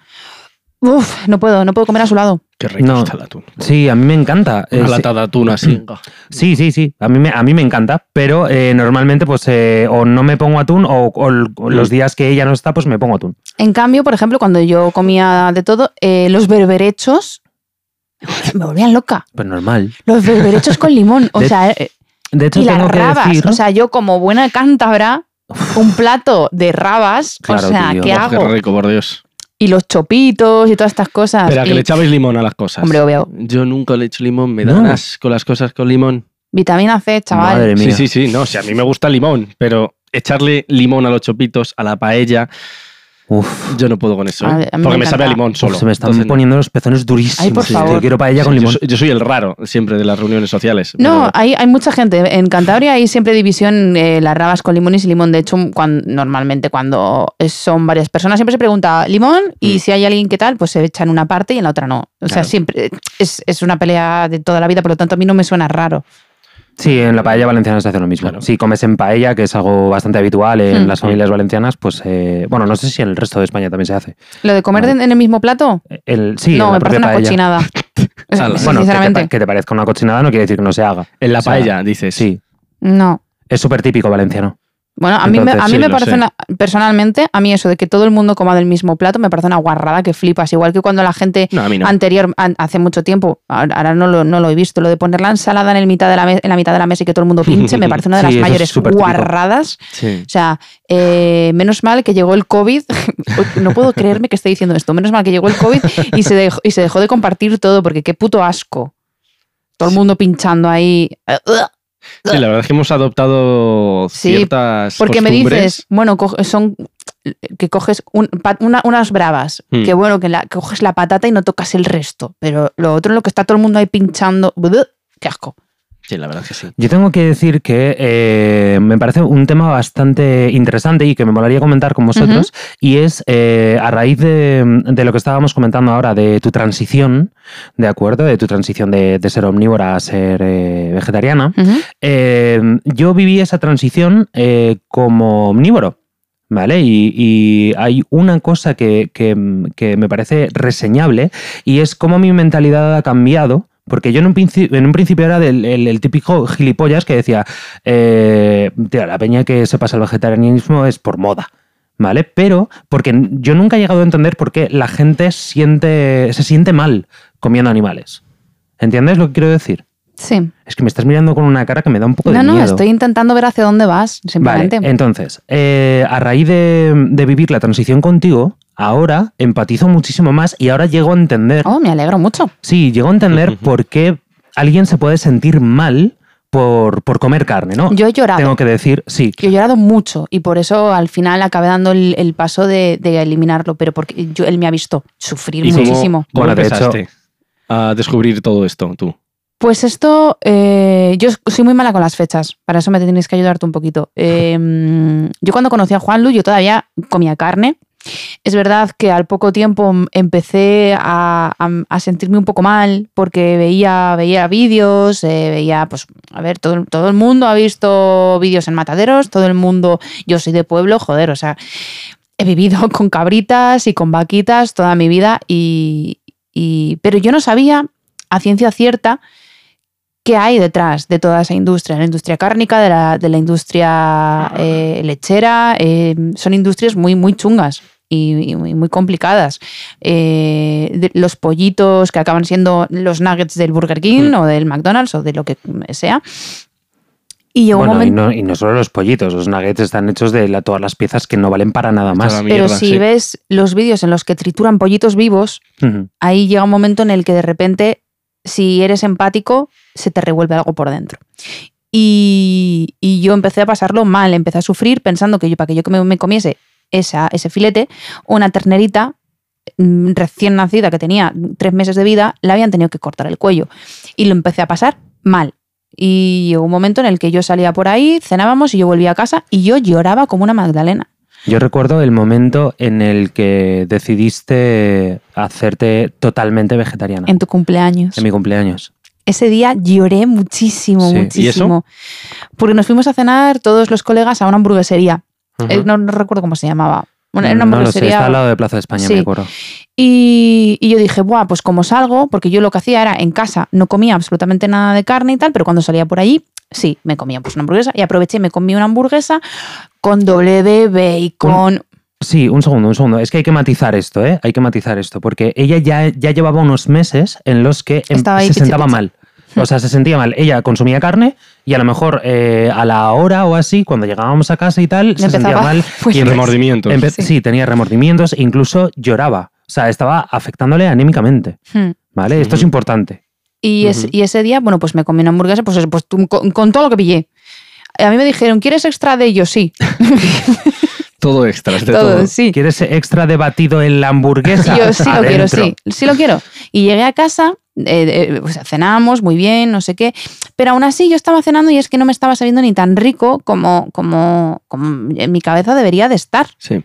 A: Uf, no puedo, no puedo comer a su lado.
C: Qué rico
B: No.
C: está el atún.
B: Sí, a mí me encanta. Eh,
C: Una
B: sí-
C: lata de atún así.
B: sí, sí, sí. A mí me, a mí me encanta. Pero eh, normalmente, pues, eh, o no me pongo atún o, o l- o los
C: Mm.
B: días que ella no está, pues me pongo atún.
A: En cambio, por ejemplo, cuando yo comía de todo, eh, los berberechos me volvían loca.
B: Pues normal.
A: Los berberechos con limón, o
B: De-
A: sea, eh,
B: De hecho,
A: y las
B: tengo que
A: rabas.
B: decir.
A: O sea, yo como buena cántabra, un plato de rabas,
B: Claro,
A: o sea,
B: tío.
A: ¿qué
B: Uf,
C: Qué
A: hago?
C: rico, por Dios.
A: Y los chopitos y todas estas cosas.
C: Espera, que
A: Y-
C: le echabais limón a las cosas.
A: Hombre, obvio.
C: Yo nunca le echo limón, me dan
B: No.
C: asco las cosas con limón.
A: Vitamina C, chaval.
B: Madre mía.
C: Sí, sí, sí, no, si a mí me gusta el limón, pero echarle limón a los chopitos, a la paella,
B: Uf.
C: yo no puedo con eso. ¿eh?
A: A ver, a mí
C: porque
A: me
C: me sabe a
A: encanta.
C: limón solo.
B: Uf, se me están
C: Entonces,
B: poniendo los pezones durísimos.
A: Ay, por
B: tío.
A: favor.
B: Quiero paella con
C: yo
B: limón.
C: soy- Yo, soy el raro siempre de las reuniones sociales.
A: No,
C: pero-
A: hay, hay mucha gente. En Cantabria hay siempre división eh, las rabas con limón y sin limón. De hecho, cuan- normalmente cuando son varias personas siempre se pregunta limón y
C: Mm.
A: si hay alguien que tal, pues se echa en una parte y en la otra no. O sea,
C: Claro.
A: siempre es, es una pelea de toda la vida, por lo tanto a mí no me suena raro.
B: Sí, en la paella valenciana se hace lo mismo.
C: Claro.
B: Si comes en paella, que es algo bastante habitual en
A: Mm.
B: las familias valencianas, pues eh, bueno, no sé si en el resto de España también se hace.
A: ¿Lo de comer
B: Vale.
A: en- en el mismo plato?
B: El, sí, en
A: no,
B: la
A: me parece
B: propia
A: una
B: paella.
A: cochinada. Es-
C: Ala.
B: Bueno, que te pa-
A: sinceramente.
B: Que, te, parezca una cochinada no quiere decir que no se haga.
C: en la
B: O sea,
C: paella, dices.
B: Sí,
A: No.
B: es súper típico valenciano.
A: Bueno, a mí, me-
B: Entonces,
A: a mí
C: sí,
A: me
C: lo
A: parece
C: sé.
A: una- personalmente, a mí eso de que todo el mundo coma del mismo plato me parece una guarrada que flipas. Igual que cuando la gente
C: No, a mí no.
A: anterior, an- hace mucho tiempo, ahora ahora no lo, no lo he visto, lo de poner la ensalada en, el mitad de la me- en la mitad de la mesa y que todo el mundo pinche, me parece una de
B: Sí,
A: las
B: eso es
A: mayores
B: supertípico.
A: guarradas.
C: Sí.
A: O sea, eh, menos mal que llegó el COVID, no puedo creerme que esté diciendo esto, menos mal que llegó el COVID y se dejó, y se dejó de compartir todo, porque qué puto asco. Todo el mundo pinchando ahí.
C: Sí, la verdad es que hemos adoptado
A: Sí,
C: ciertas.
A: Porque me
C: costumbres.
A: dices, bueno, co- son que coges un- pa- una- unas bravas,
B: Hmm.
C: Mm.
A: que bueno, que la, coges la patata y no tocas el resto, pero lo otro en lo que está todo el mundo ahí pinchando, ¡bluh! qué asco.
C: Sí, la verdad es que sí.
B: Yo tengo que decir que eh, me parece un tema bastante interesante y que me molaría comentar con vosotros. Y es eh, a raíz de, de lo que estábamos comentando ahora, de tu transición, ¿de acuerdo? De tu transición de, de ser omnívora a ser eh, vegetariana. Eh, yo viví esa transición eh, como omnívoro. ¿Vale? Y, y hay una cosa que, que- que me parece reseñable y es cómo mi mentalidad ha cambiado. Porque yo en un, princi- en un principio era del, el, el típico gilipollas que decía, eh, "Tío, la peña que se pasa al vegetarianismo es por moda. ¿Vale? Pero, porque n- yo nunca he llegado a entender por qué la gente siente, se siente mal comiendo animales. ¿Entiendes lo que quiero decir?
A: Sí.
B: Es que me estás mirando con una cara que me da un poco
A: No,
B: de
A: no,
B: miedo.
A: estoy intentando ver hacia dónde vas,
B: Vale,
A: simplemente.
B: entonces, eh, a raíz de, de vivir la transición contigo, ahora empatizo muchísimo más y ahora llego a entender.
A: Oh, me alegro mucho.
B: Sí, llego a entender
C: Ujú.
B: por qué alguien se puede sentir mal por, por comer carne, ¿no?
A: Yo he llorado.
B: Tengo que decir, sí.
A: Yo he llorado mucho y por eso al final acabé dando el, el paso de, de eliminarlo, pero porque yo, él me ha visto sufrir
C: ¿Y cómo-
A: muchísimo.
C: cómo
B: Bueno, de hecho-
C: empezaste a descubrir todo esto tú?
A: Pues esto, eh, yo soy muy mala con las fechas, para eso me tenéis que ayudarte un poquito. Eh, mm, yo cuando conocí a Juan Luz, yo todavía comía carne. Es verdad que al poco tiempo mm, empecé a, a- a sentirme un poco mal porque veía, veía vídeos, eh, veía, pues, a ver, todo, el- todo el mundo ha visto vídeos en mataderos, todo el mundo, yo soy de pueblo, joder, o sea, he vivido con cabritas y con vaquitas toda mi vida y- y pero yo no sabía a ciencia cierta qué hay detrás de toda esa industria, la industria cárnica, de la, de la industria eh, lechera, eh, son industrias muy, muy chungas y, y muy, muy complicadas. Eh, de- los pollitos que acaban siendo los nuggets del Burger King
C: Mm.
A: o del McDonald's o de lo que sea. Y llegó
B: Bueno,
A: un
B: y
A: momento...
B: no, y no solo los pollitos, los nuggets están hechos de la- todas las piezas que no valen para nada más.
C: Toda la
A: Pero
C: mierda,
A: si
C: sí.
A: ves los vídeos en los que trituran pollitos vivos,
B: Ujú.
A: ahí llega un momento en el que de repente, si eres empático, se te revuelve algo por dentro. Y, y yo empecé a pasarlo mal, empecé a sufrir pensando que yo, para que yo que me, me comiese esa, ese filete, una ternerita mm, recién nacida que tenía tres meses de vida, la habían tenido que cortar el cuello. Y lo empecé a pasar mal. Y llegó un momento en el que yo salía por ahí, cenábamos y yo volvía a casa y yo lloraba como una Magdalena.
B: Yo recuerdo el momento en el que decidiste hacerte totalmente vegetariana.
A: En tu cumpleaños.
B: en mi cumpleaños.
A: ese día lloré muchísimo,
B: Sí, ¿y
A: muchísimo. Porque nos fuimos a cenar todos los colegas a una hamburguesería.
C: Ajá.
A: Eh, No, no recuerdo cómo se llamaba. Bueno, era una
B: Mm, no lo sé,
A: hamburguesería.
B: está al lado de Plaza de España,
A: Sí.
B: me acuerdo.
A: y, y yo dije, Buah, pues como salgo, porque yo lo que hacía era en casa, no comía absolutamente nada de carne y tal, pero cuando salía por allí, sí, me comía pues una hamburguesa. Y aproveché y me comí una hamburguesa con doble de bacon.
B: Sí, un segundo, un segundo. Es que hay que matizar esto, ¿eh? Hay que matizar esto, porque ella ya, ya llevaba unos meses en los que em-
A: Estaba ahí
B: se
A: pichi,
B: sentaba
A: pichi.
B: mal. O sea, se sentía mal. Ella consumía carne y a lo mejor eh, a la hora o así, cuando llegábamos a casa y tal, se sentía
A: empezaba,
B: mal.
A: pues,
B: y
C: Y
B: empe-
C: remordimientos.
B: empe-
A: Sí.
B: sí. tenía remordimientos e incluso lloraba. O sea, estaba afectándole anímicamente,
A: Hmm.
B: ¿vale? Esto es
C: Ujú.
B: importante.
A: Y, es-
C: Ujú.
A: y ese día, bueno, pues me comí una hamburguesa, pues, eso, pues tú- con, con todo lo que pillé. A mí me dijeron, ¿quieres extra de ellos? Sí.
C: Todo extra, de
A: todo,
C: todo.
A: sí.
B: ¿Quieres extra debatido en la hamburguesa?
A: Yo sí lo quiero,
B: Adentro.
A: sí, sí lo quiero. Y llegué a casa, eh, eh, o sea, cenamos muy bien, no sé qué, pero aún así yo estaba cenando y es que no me estaba sabiendo ni tan rico como, como, como en mi cabeza debería de estar.
C: Sí.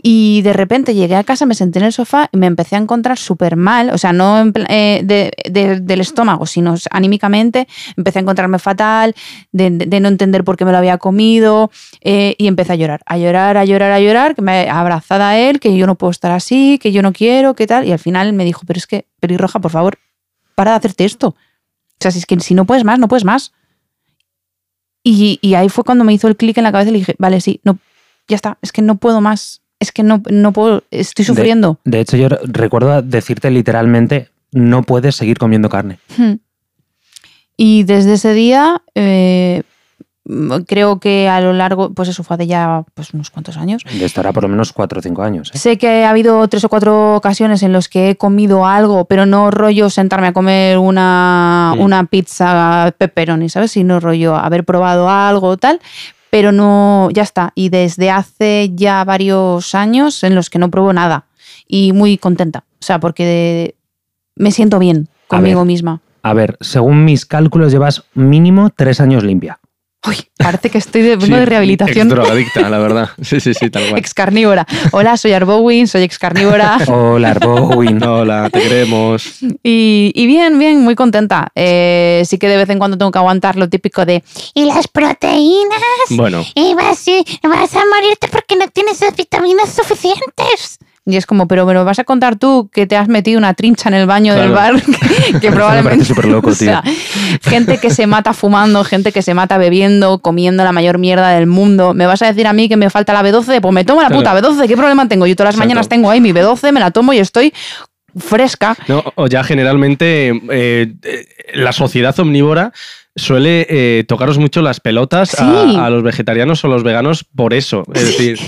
A: Y de repente llegué a casa, me senté en el sofá y me empecé a encontrar súper mal, o sea, no en pla- eh, de- de- del estómago, sino anímicamente, empecé a encontrarme fatal, de, de no entender por qué me lo había comido eh, y empecé a llorar, a llorar, a llorar, a llorar, que me abrazada a él, que yo no puedo estar así, que yo no quiero, que tal, y al final me dijo, pero es que, pelirroja, por favor, para de hacerte esto. O sea, si es que si no puedes más, no puedes más. Y, y ahí fue cuando me hizo el clic en la cabeza y le dije, vale, sí, no, ya está, es que no puedo más, es que no, no puedo, estoy
B: De-
A: sufriendo.
B: De hecho, yo re- recuerdo decirte literalmente, no puedes seguir comiendo carne.
A: Hmm. Y desde ese día eh, mm, creo que a lo largo, pues eso fue hace ya pues, unos cuantos años.
B: De estará por lo menos cuatro o cinco años. ¿eh?
A: Sé que ha habido tres o cuatro ocasiones en los que he comido algo, pero no rollo sentarme a comer una,
C: Mm.
A: una pizza pepperoni, ¿sabes? Sino rollo haber probado algo tal, pero no, ya está. Y desde hace ya varios años en los que no pruebo nada y muy contenta, o sea, porque de- me siento bien
B: A
A: conmigo
B: ver.
A: misma.
B: A ver, según mis cálculos, llevas mínimo tres años limpia.
A: Uy, parece que estoy de, vengo de
C: Sí,
A: rehabilitación.
C: Exdrogadicta, la verdad. Sí, sí, sí, tal cual.
A: Excarnívora. Hola, soy Arbowin, soy excarnívora.
B: Hola, Arbowin.
C: Hola, te queremos.
A: Y, y bien, bien, muy contenta. Eh, sí que de vez en cuando tengo que aguantar lo típico de
D: y las proteínas
C: Bueno,
D: y vas, y vas a morirte porque no tienes las vitaminas suficientes.
A: y es como, pero bueno, vas a contar tú que te has metido una trincha en el baño del
C: Claro.
A: bar, que, que
B: me
A: probablemente...
B: parece superloco,
A: o sea, gente que se mata fumando, gente que se mata bebiendo, comiendo la mayor mierda del mundo. ¿Me vas a decir a mí que me falta la B12? Pues me tomo la
C: Claro.
A: puta B12, ¿qué problema tengo? Yo todas las
C: Exacto.
A: mañanas tengo ahí mi B12, me la tomo y estoy fresca.
C: no, o ya generalmente eh, eh, la sociedad omnívora suele eh, tocaros mucho las pelotas
A: Sí.
C: a, a los vegetarianos o los veganos por eso. Es decir,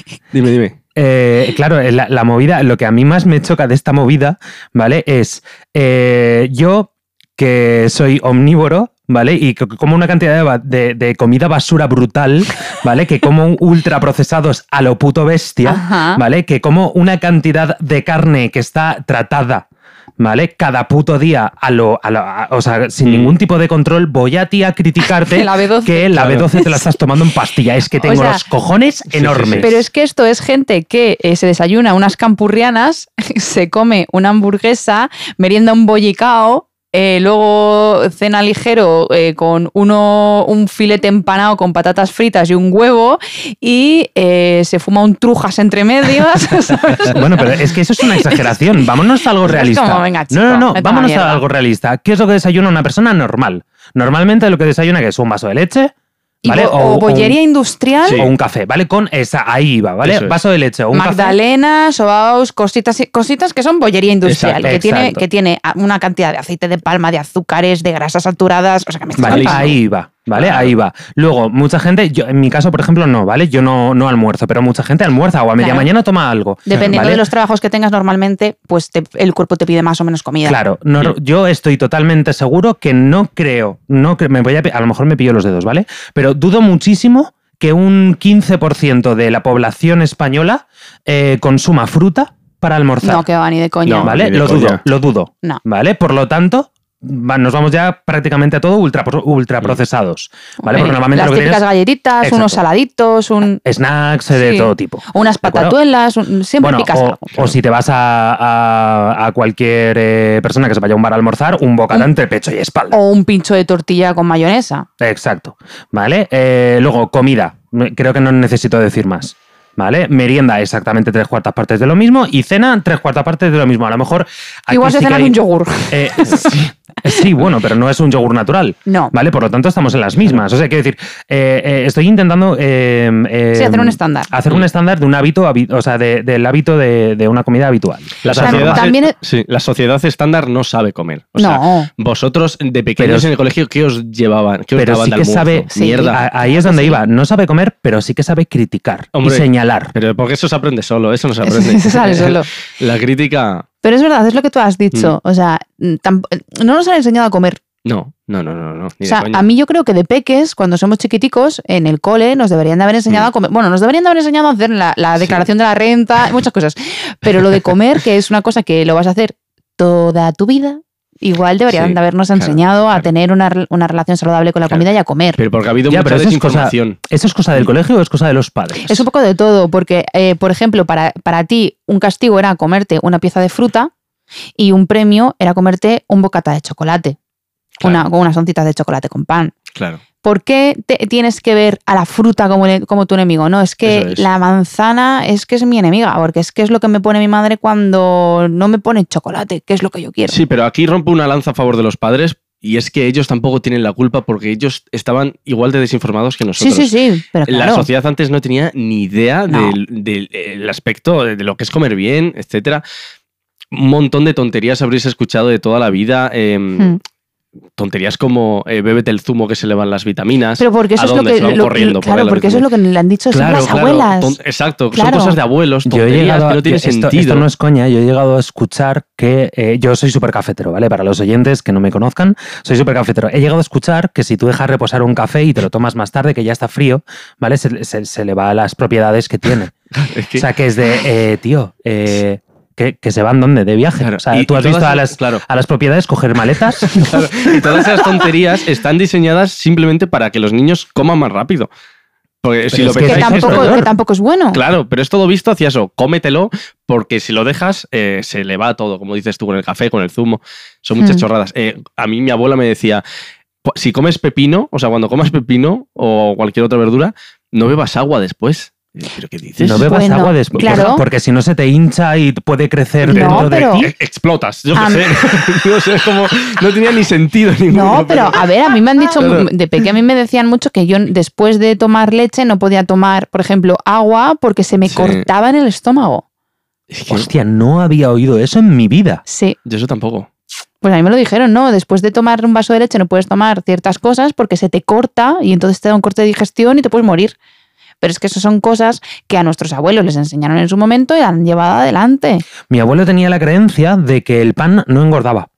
C: dime, dime.
B: Eh, claro, eh, la, la movida, lo que a mí más me choca de esta movida, ¿vale? Es eh, yo que soy omnívoro, ¿vale? Y que como una cantidad de, ba- de- de comida basura brutal, ¿vale? Que como ultraprocesados a lo puto bestia,
A: Ajá.
B: ¿vale? Que como una cantidad de carne que está tratada. ¿Vale? Cada puto día, a lo, a lo- a- o sea, sin ningún tipo de control, voy a ti a criticarte
A: Mm. La B12.
B: que la
C: Claro.
B: B12 te la estás tomando en pastilla. Es que
A: O
B: tengo
A: sea,
B: los cojones
C: sí, sí.
B: enormes.
A: Pero es que esto es gente que eh, se desayuna unas campurrianas, se come una hamburguesa, merienda un bollicao, eh, luego cena ligero eh, con uno, un filete empanado con patatas fritas y un huevo y eh, se fuma un trujas entre medias. ¿sabes?
B: Bueno, pero es que eso es una exageración. Vámonos a algo
A: Es
B: realista.
A: como, venga, chico,
B: no,
A: vete a
B: no, no.
A: la
B: Vámonos
A: mierda.
B: a algo realista. ¿Qué es lo que desayuna una persona normal? Normalmente lo que desayuna que es un vaso de leche,
A: Y
B: ¿vale?
A: bo- o,
B: un-
A: bollería industrial.
C: Sí.
B: o un café, ¿vale? Con esa, ahí va, ¿vale?
C: Eso es.
B: Vaso de leche, o un café.
A: Magdalenas, sobaos, cositas, cositas que son bollería industrial,
B: Exacto,
A: que, tiene,
B: exacto.
A: que tiene a- una cantidad de aceite de palma, de azúcares, de grasas saturadas, o sea que me está
B: Vale,
C: Malísimo.
B: ahí va, ¿vale?
C: Claro.
B: Ahí va. Luego, mucha gente, yo en mi caso, por ejemplo, no, ¿vale? Yo no, no almuerzo, pero mucha gente almuerza o a media
A: Claro.
B: mañana toma algo.
A: Dependiendo
B: ¿vale?
A: de los trabajos que tengas normalmente, pues te- el cuerpo te pide más o menos comida.
B: Claro, no-
C: Sí.
B: yo estoy totalmente seguro que no creo, no cre- me voy a, pe- a lo mejor me pillo los dedos, ¿vale? Pero dudo muchísimo que un 15% de la población española eh, consuma fruta para almorzar,
A: No, que va ni de coña.
C: No,
B: ¿vale?
C: ni de
B: Lo dudo,
C: coña.
B: lo dudo,
A: No.
B: ¿vale? Por lo tanto, va- nos vamos ya prácticamente a todo ultra, ultraprocesados, ¿vale? Porque
A: Eh,
B: normalmente
A: Las
B: lo que
A: típicas
B: tienes
A: galletitas,
B: Exacto.
A: unos saladitos, un-
B: snacks eh, de
A: Sí.
B: todo tipo.
A: unas
B: ¿De acuerdo?
A: patatuelas, un- siempre
B: Bueno,
A: picas
B: o,
A: algo.
B: o si te vas a, a- a cualquier eh, persona que se vaya a un bar a almorzar, un bocata entre pecho y espalda.
A: Mm. O un pincho de tortilla con mayonesa.
B: Exacto. ¿Vale? Eh, luego, comida. Me- Creo que no necesito decir más. ¿Vale? Merienda, exactamente tres cuartas partes de lo mismo. Y cena, tres cuartas partes de lo mismo. A lo mejor. aquí
A: Igual se
B: sí que
A: cena
B: hay-
A: con yogur.
B: Eh, sí, sí, bueno, pero no es un yogur natural.
A: No.
B: ¿Vale? Por lo tanto, estamos en las mismas. O sea, quiero decir, eh, eh, estoy intentando. eh, eh,
A: Sí, hacer un estándar.
B: Hacer un estándar de un hábito, habi- o sea, de- del hábito de, de una comida habitual.
C: La
B: O sea,
C: sociedad,
B: normal.
A: también es-
C: sí, la sociedad estándar no sabe comer. O sea,
A: no.
C: vosotros de pequeños
B: Pero-
C: en el colegio, ¿qué os llevaban? ¿Qué os
B: Pero
C: daban
B: sí
C: de
B: que
C: almuerzo?
B: sabe.
A: Sí.
C: Mierda.
B: a- Ahí es donde iba. No sabe comer, pero sí que sabe criticar
C: Hombre.
B: y señalar.
C: Pero porque eso se aprende solo, eso no se
A: Eso-
C: aprende.
A: eso sale solo.
C: La crítica,
A: Pero es verdad, es lo que tú has
B: Mm.
A: dicho. O sea, tam- no nos han enseñado a comer.
C: no, no, no, no, no. Ni
A: O
C: de
A: sea,
C: coña.
A: a mí yo creo que de peques, cuando somos chiquiticos, en el cole nos deberían de haber enseñado a comer. Bueno, nos deberían de haber enseñado a hacer la, la
C: Mm. Sí.
A: declaración de la renta, muchas cosas. Pero lo de comer, que es una cosa que lo vas a hacer toda tu vida, igual deberían
C: Sí,
A: de habernos
C: claro,
A: enseñado a
C: claro.
A: tener una, re- una relación saludable con la
C: Claro.
A: comida y a comer.
C: Pero porque ha habido
B: Ya,
C: mucha
B: pero eso es cosa-
C: desinformación.
B: ¿Eso es cosa del colegio o es cosa de los padres?
A: Es un poco de todo, porque, eh, por ejemplo, para, para ti un castigo era comerte una pieza de fruta y un premio era comerte un bocata de chocolate, una,
C: Claro.
A: con unas oncitas de chocolate con pan.
C: Claro.
A: ¿Por qué te- tienes que ver a la fruta como, el- e, como tu enemigo? No, es que
C: Eso es.
A: la manzana es que es mi enemiga, porque es que es lo que me pone mi madre cuando no me pone chocolate, que es lo que yo quiero.
C: Sí, pero aquí rompo una lanza a favor de los padres y es que ellos tampoco tienen la culpa porque ellos estaban igual de desinformados que
A: sí,
C: nosotros.
A: sí, sí, pero
C: La
A: claro.
C: sociedad antes no tenía ni idea
A: No.
C: del, del- el aspecto de lo que es comer bien, etcétera. Un montón de tonterías habréis escuchado de toda la vida. eh,
A: Mm.
C: tonterías como eh, bébete el zumo que se le van las vitaminas.
A: Pero porque eso
C: ¿a
A: es lo
C: dónde
A: que.
C: se van
A: lo-
C: corriendo por ahí
A: claro,
C: las
A: porque eso es lo
C: vitaminas?
A: que le han dicho siempre las abuelas.
C: ton- exacto,
A: Claro.
C: son cosas de abuelos,
B: Yo he
C: tonterías,
B: llegado a-
C: que no tiene
B: esto,
C: sentido.
B: esto no es coña, yo he llegado a escuchar que eh, yo soy súper cafetero, ¿vale? Para los oyentes que no me conozcan, soy súper cafetero. He llegado a escuchar que si tú dejas reposar un café y te lo tomas más tarde, que ya está frío, ¿vale? Se, se- se le va a las propiedades que tiene.
C: Es que-
B: O sea, que es de, eh, tío, eh, que, que se van donde? De viaje.
C: Claro,
B: O sea,
C: y-
B: tú
C: y
B: has visto
C: todas-
B: a las,
C: claro.
B: a las propiedades coger maletas.
C: Claro, y todas esas tonterías están diseñadas simplemente para que los niños coman más rápido. Porque si
B: es
C: lo
B: que
C: pensáis,
A: que,
B: eso es
A: tampoco,
B: peor.
A: que tampoco es bueno.
C: Claro, pero es todo visto hacia eso. Cómetelo, porque si lo dejas, eh, se le va todo, como dices tú, con el café, con el zumo. Son muchas
A: Hmm.
C: chorradas. Eh, a mí mi abuela me decía, "Po- si comes pepino, o sea, cuando comas pepino o cualquier otra verdura, no bebas agua después. Eh, ¿Pero qué dices?
B: No bebas
A: Bueno,
B: agua después,
A: claro.
B: porque si no se te hincha y puede crecer
A: No,
B: dentro
A: pero-
B: de ti.
C: Eh, Explotas, yo qué
A: Am-
C: sé. no sé, es como- no tenía ni sentido ninguno.
A: No, pero a ver, a mí me han dicho,
C: Claro.
A: de pequeña a mí me decían mucho que yo después de tomar leche no podía tomar, por ejemplo, agua porque se me
C: Sí.
A: cortaba en el estómago.
C: Es que
B: Hostia, no había oído eso en mi vida.
A: Sí,
C: yo eso tampoco.
A: pues a mí me lo dijeron, no, después de tomar un vaso de leche no puedes tomar ciertas cosas porque se te corta y entonces te da un corte de digestión y te puedes morir. Pero es que eso son cosas que a nuestros abuelos les enseñaron en su momento y han llevado adelante.
B: Mi abuelo tenía la creencia de que el pan no engordaba.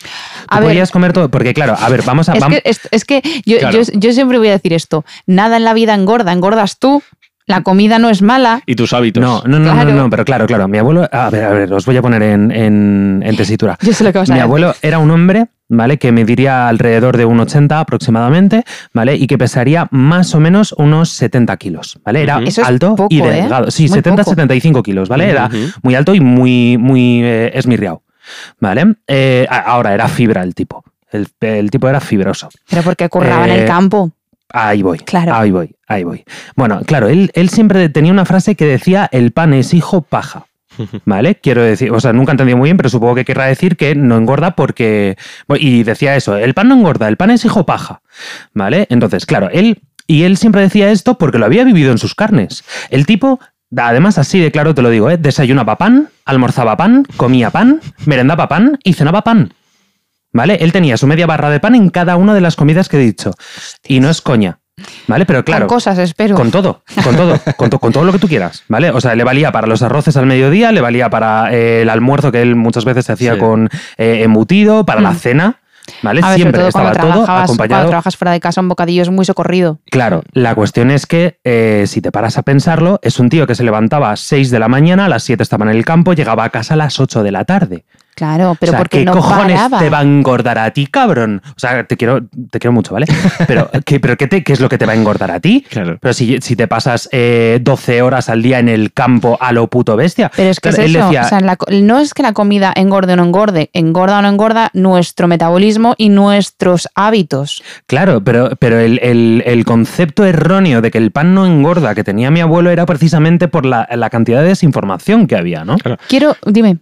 B: Tú
A: A ver,
B: podías comer todo, porque claro, a ver, vamos a...
A: Es
B: vam-
A: que, es, es que yo,
C: Claro.
A: yo- yo siempre voy a decir esto: nada en la vida engorda, engordas tú, la comida no es mala.
C: Y tus hábitos.
B: No, no, no, no,
A: Claro.
B: no, pero claro, claro, mi abuelo... A ver, a ver, os voy a poner en, en- en tesitura.
A: Yo sé lo que vas a
B: Mi
A: decir.
B: abuelo era un hombre, ¿vale? Que mediría alrededor de 1,80 aproximadamente, ¿vale? Y que pesaría más o menos unos 70 kilos, ¿vale? Era
C: Ujú.
A: Eso es
B: alto y
A: poco, ¿eh?
B: delgado. Sí,
A: Muy
B: 70,
A: poco.
B: 75 kilos, ¿vale? Era
C: Ujú.
B: muy alto y muy, muy eh, esmirriado, ¿vale? Eh, a- ahora era fibra el tipo. El, el tipo era fibroso.
A: Pero porque curraba en
B: Eh,
A: el campo.
B: Ahí voy.
A: Claro.
B: Ahí voy, ahí voy. Bueno, claro, él, él siempre tenía una frase que decía: el pan es hijo paja. ¿Vale? Quiero decir, o sea, nunca he entendido muy bien, pero supongo que querrá decir que no engorda porque. Y decía eso: el pan no engorda, el pan es hijo paja. ¿Vale? Entonces, claro, él. Y él siempre decía esto porque lo había vivido en sus carnes. El tipo, además, así de claro te lo digo, ¿eh? desayunaba pan, almorzaba pan, comía pan, merendaba pan y cenaba pan. ¿Vale? Él tenía su media barra de pan en cada una de las comidas que he dicho. Y no es coña. ¿Vale? Pero claro.
A: Con cosas, espero.
B: Con todo, con todo, con, to- con todo lo que tú quieras, ¿vale? O sea, le valía para los arroces al mediodía, le valía para eh, el almuerzo que él muchas veces se hacía
C: Sí.
B: con eh, embutido, para la
A: Mm.
B: cena, ¿vale?
A: a ver, sobre
B: Siempre
A: todo
B: estaba
A: cuando
B: todo
A: trabajas, cuando
B: acompañado.
A: trabajas fuera de casa, un bocadillo es muy socorrido.
B: Claro, la cuestión es que eh, si te paras a pensarlo, es un tío que se levantaba a 6 de la mañana, a las 7 estaba en el campo, llegaba a casa a las 8 de la tarde.
A: Claro, pero
B: o sea,
A: porque
B: ¿qué
A: no
B: cojones
A: paraba.
B: te va a engordar a ti, cabrón? O sea, te quiero, te quiero mucho, ¿vale? Pero, ¿qué, pero qué, te- ¿qué es lo que te va a engordar a ti?
C: Claro.
B: Pero si, si te pasas eh, 12 horas al día en el campo a lo puto bestia.
A: Pero es que
B: Claro,
A: es
B: él
A: eso.
B: decía-
A: o sea, la co- no es que la comida engorde o no engorde, engorda o no engorda nuestro metabolismo y nuestros hábitos.
B: Claro, pero, pero el, el- el concepto erróneo de que el pan no engorda que tenía mi abuelo era precisamente por la, la cantidad de desinformación que había, ¿no?
A: Quiero, dime,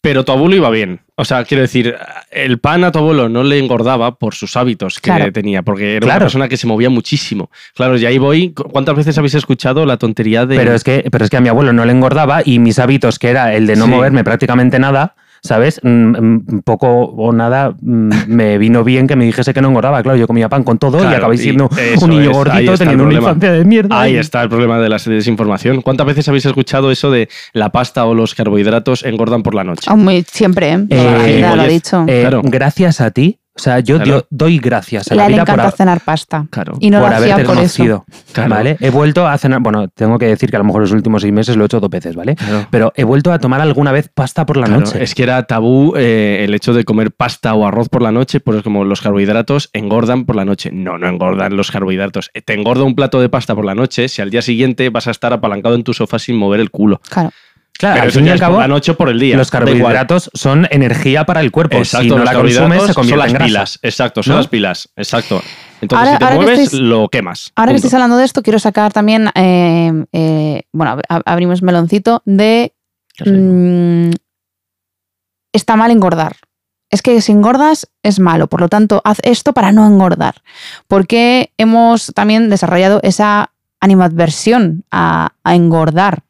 C: Pero tu abuelo iba bien. O sea, quiero decir, el pan a tu abuelo no le engordaba por sus hábitos que
A: Claro.
C: tenía, porque era una
B: Claro.
C: persona que se movía muchísimo. Claro, y ahí voy. ¿cu- ¿Cuántas veces habéis escuchado la tontería de.
B: Pero es, que, pero es que a mi abuelo no le engordaba y mis hábitos, que era el de no
C: Sí.
B: moverme prácticamente nada, ¿sabes? Mm, mm, poco o nada mm, me vino bien que me dijese que no engordaba. Claro, yo comía pan con todo y
C: Claro,
B: acabé
C: y
B: siendo
C: eso
B: un niño
C: es, ahí está
B: gordito
C: el
B: teniendo una
C: problema.
B: infancia de mierda.
C: Ahí está el problema de la desinformación. ¿Cuántas veces habéis escuchado eso de la pasta o los carbohidratos engordan por la noche?
A: aún me- siempre, ¿eh?
B: Eh,
A: La vida lo ha
C: oye,
A: dicho.
B: Eh,
C: Claro.
B: Gracias a ti. O sea, yo
C: Claro.
B: dio- doy gracias a
A: Le
B: la vida por,
A: encanta
B: a-
A: cenar pasta.
C: Claro.
A: Y no
B: por
A: lo hacía
B: haberte
A: por eso.
B: conocido.
C: Claro.
B: ¿Vale? He vuelto a cenar. Bueno, tengo que decir que a lo mejor los últimos seis meses lo he hecho dos veces, ¿vale?
C: Claro.
B: Pero he vuelto a tomar alguna vez pasta por la
C: Claro,
B: noche.
C: Es que era tabú eh, el hecho de comer pasta o arroz por la noche, porque es como los carbohidratos engordan por la noche. No, no engordan los carbohidratos. Eh, Te engorda un plato de pasta por la noche si al día siguiente vas a estar apalancado en tu sofá sin mover el culo.
A: Claro.
B: claro,
C: Pero
B: al
C: eso
B: fin y
C: ya
B: al
C: es por
B: cabo,
C: la noche o por el día.
B: los
C: da igual.
B: carbohidratos son energía para el cuerpo.
C: Exacto,
B: si no
C: los
B: la
C: carbohidratos
B: consumes, se
C: son
B: convierte
C: las
B: en grasa.
C: pilas. Exacto, son
B: ¿No?
C: las pilas. Exacto. Entonces,
A: Ahora-
C: si te
A: ahora que
C: mueves,
A: estáis-
C: lo quemas.
A: Ahora que
C: Punto.
A: estáis hablando de esto, quiero sacar también, eh, eh, bueno, ab- abrimos meloncito de
C: Qué rico.
A: mm, está mal engordar. Es que si engordas es malo, por lo tanto, haz esto para no engordar. Porque hemos también desarrollado esa animadversión a, a engordar.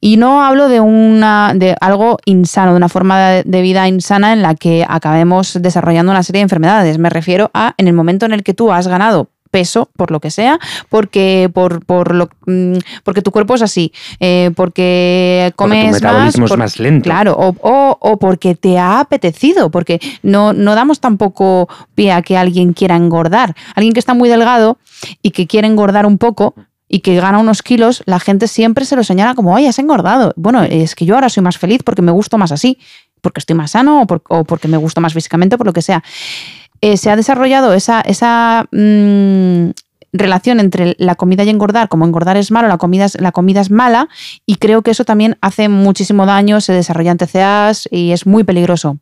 A: Y no hablo de, una, de algo insano, de una forma de, de vida insana en la que acabemos desarrollando una serie de enfermedades. Me refiero a en el momento en el que tú has ganado peso, por lo que sea, porque, por, por lo, mm, porque tu cuerpo es así, eh, porque
B: Porque tu
A: comes más,
B: metabolismo es
A: por-
B: más lento.
A: Claro, o, o- o porque te ha apetecido, porque no, no damos tampoco pie a que alguien quiera engordar. Alguien que está muy delgado y que quiere engordar un poco y que gana unos kilos, la gente siempre se lo señala como, oye, has engordado. Bueno, es que yo ahora soy más feliz porque me gusto más así, porque estoy más sano o, por- o porque me gusto más físicamente, por lo que sea. Eh, se ha desarrollado esa, esa mm, relación entre la comida y engordar, como engordar es malo, la comida es, la comida es mala, y creo que eso también hace muchísimo daño, se desarrollan TCAs y es muy peligroso.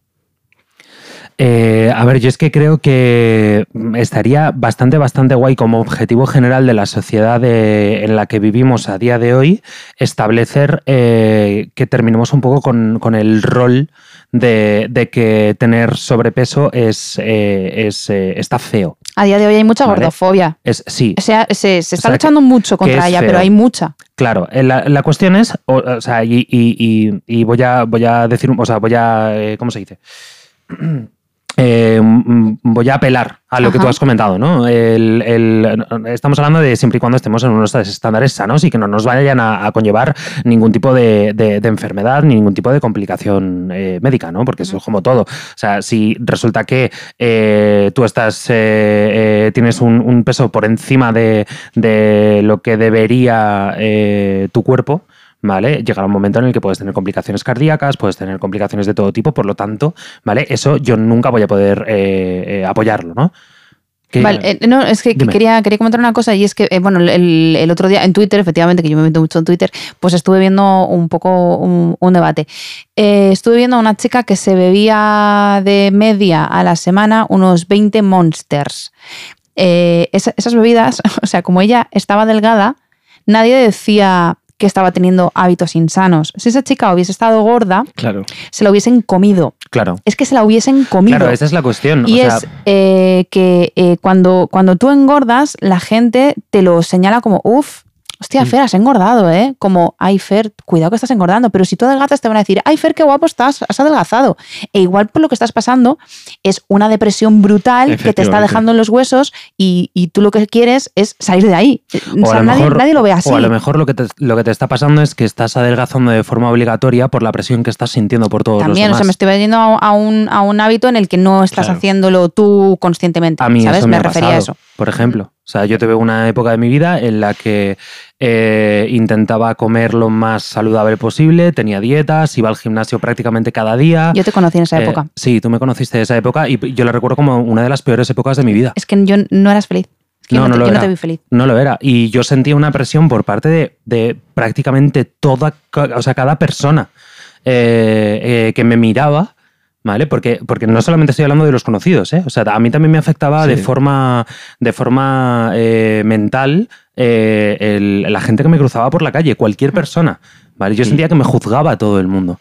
B: Eh, a ver, yo es que creo que estaría bastante, bastante guay como objetivo general de la sociedad de- en la que vivimos a día de hoy establecer eh, que terminemos un poco con, con el rol de, de que tener sobrepeso es, eh, es, eh, está feo.
A: A día de hoy hay mucha
B: Vale.
A: gordofobia.
B: Es, sí,
A: O sea, se, se
B: O
A: está
B: sea,
A: luchando mucho
B: que
A: contra
B: es
A: ella,
B: feo.
A: pero hay mucha.
B: Claro, eh, la, la cuestión es, o, o sea, y, y- y- y voy a voy a decir, un- o sea, voy a, eh, ¿cómo se dice? Eh, mm, voy a apelar a lo que
A: Ajá.
B: tú has comentado, ¿no? El- el- estamos hablando de siempre y cuando estemos en unos estándares sanos y que no nos vayan a, a conllevar ningún tipo de, de- de enfermedad ni ningún tipo de complicación eh, médica, ¿no? Porque eso es como todo. O sea, si resulta que eh, tú estás, eh, eh, tienes un, un peso por encima de, de lo que debería eh, tu cuerpo, ¿vale? Llegará un momento en el que puedes tener complicaciones cardíacas, puedes tener complicaciones de todo tipo, por lo tanto, ¿vale? Eso yo nunca voy a poder eh, eh, apoyarlo, ¿no? Que-
A: Vale, eh, no, es que
B: Dime.
A: quería, quería comentar una cosa y es que, eh, bueno, el, el otro día en Twitter, efectivamente, que yo me meto mucho en Twitter, pues estuve viendo un poco un, un debate. Eh, estuve viendo a una chica que se bebía de media a la semana unos 20 monsters. Eh, esa- esas bebidas, o sea, como ella estaba delgada, nadie decía que estaba teniendo hábitos insanos. Si esa chica hubiese estado gorda,
C: Claro.
A: se la hubiesen comido.
B: claro.
A: Es que se la hubiesen comido.
B: Claro, esa es la cuestión.
A: Y
B: o sea,
A: es eh, que eh, cuando, cuando tú engordas, la gente te lo señala como, uff,
B: Mm.
A: hostia, Fer, has engordado, ¿eh? Como, ay, Fer, cuidado que estás engordando. Pero si tú adelgazas, te van a decir, ay, Fer, qué guapo estás, has adelgazado. E igual por lo que estás pasando es una depresión brutal que te está
C: Efectivamente.
A: dejando en los huesos y, y tú lo que quieres es salir de ahí. O
B: o a
A: sea,
B: lo
A: nadie,
B: mejor-
A: nadie lo ve así.
B: O a lo mejor lo que, te, lo que te está pasando es que estás adelgazando de forma obligatoria por la presión que estás sintiendo por todos
A: También, o
B: los
A: sea, me
B: demás.
A: estoy yendo a, a un, a un hábito en el que no estás
C: Claro.
A: haciéndolo tú conscientemente.
B: a mí
A: ¿Sabes?
B: eso me, ha
A: refería a
B: pasado,
A: eso.
B: Por ejemplo, o sea, yo tuve una época de mi vida en la que eh, intentaba comer lo más saludable posible, tenía dietas, iba al gimnasio prácticamente cada día.
A: Yo te conocí en esa
B: Eh,
A: época.
B: Sí, tú me conociste de esa época y yo la recuerdo como una de las peores épocas de mi vida.
A: Es que yo no eras feliz. Es que
B: No,
A: yo
B: no
A: no, te,
B: lo
A: yo no
B: era.
A: te vi feliz.
B: No lo era. Y yo sentía una presión por parte de, de prácticamente toda, ca- o sea, cada persona eh, eh, que me miraba, ¿vale? Porque, porque no solamente estoy hablando de los conocidos, ¿eh? O sea, a mí también me afectaba
C: Sí.
B: de forma, de forma eh, mental eh, el- la gente que me cruzaba por la calle, cualquier persona, ¿vale? Yo sentía que me juzgaba a todo el mundo,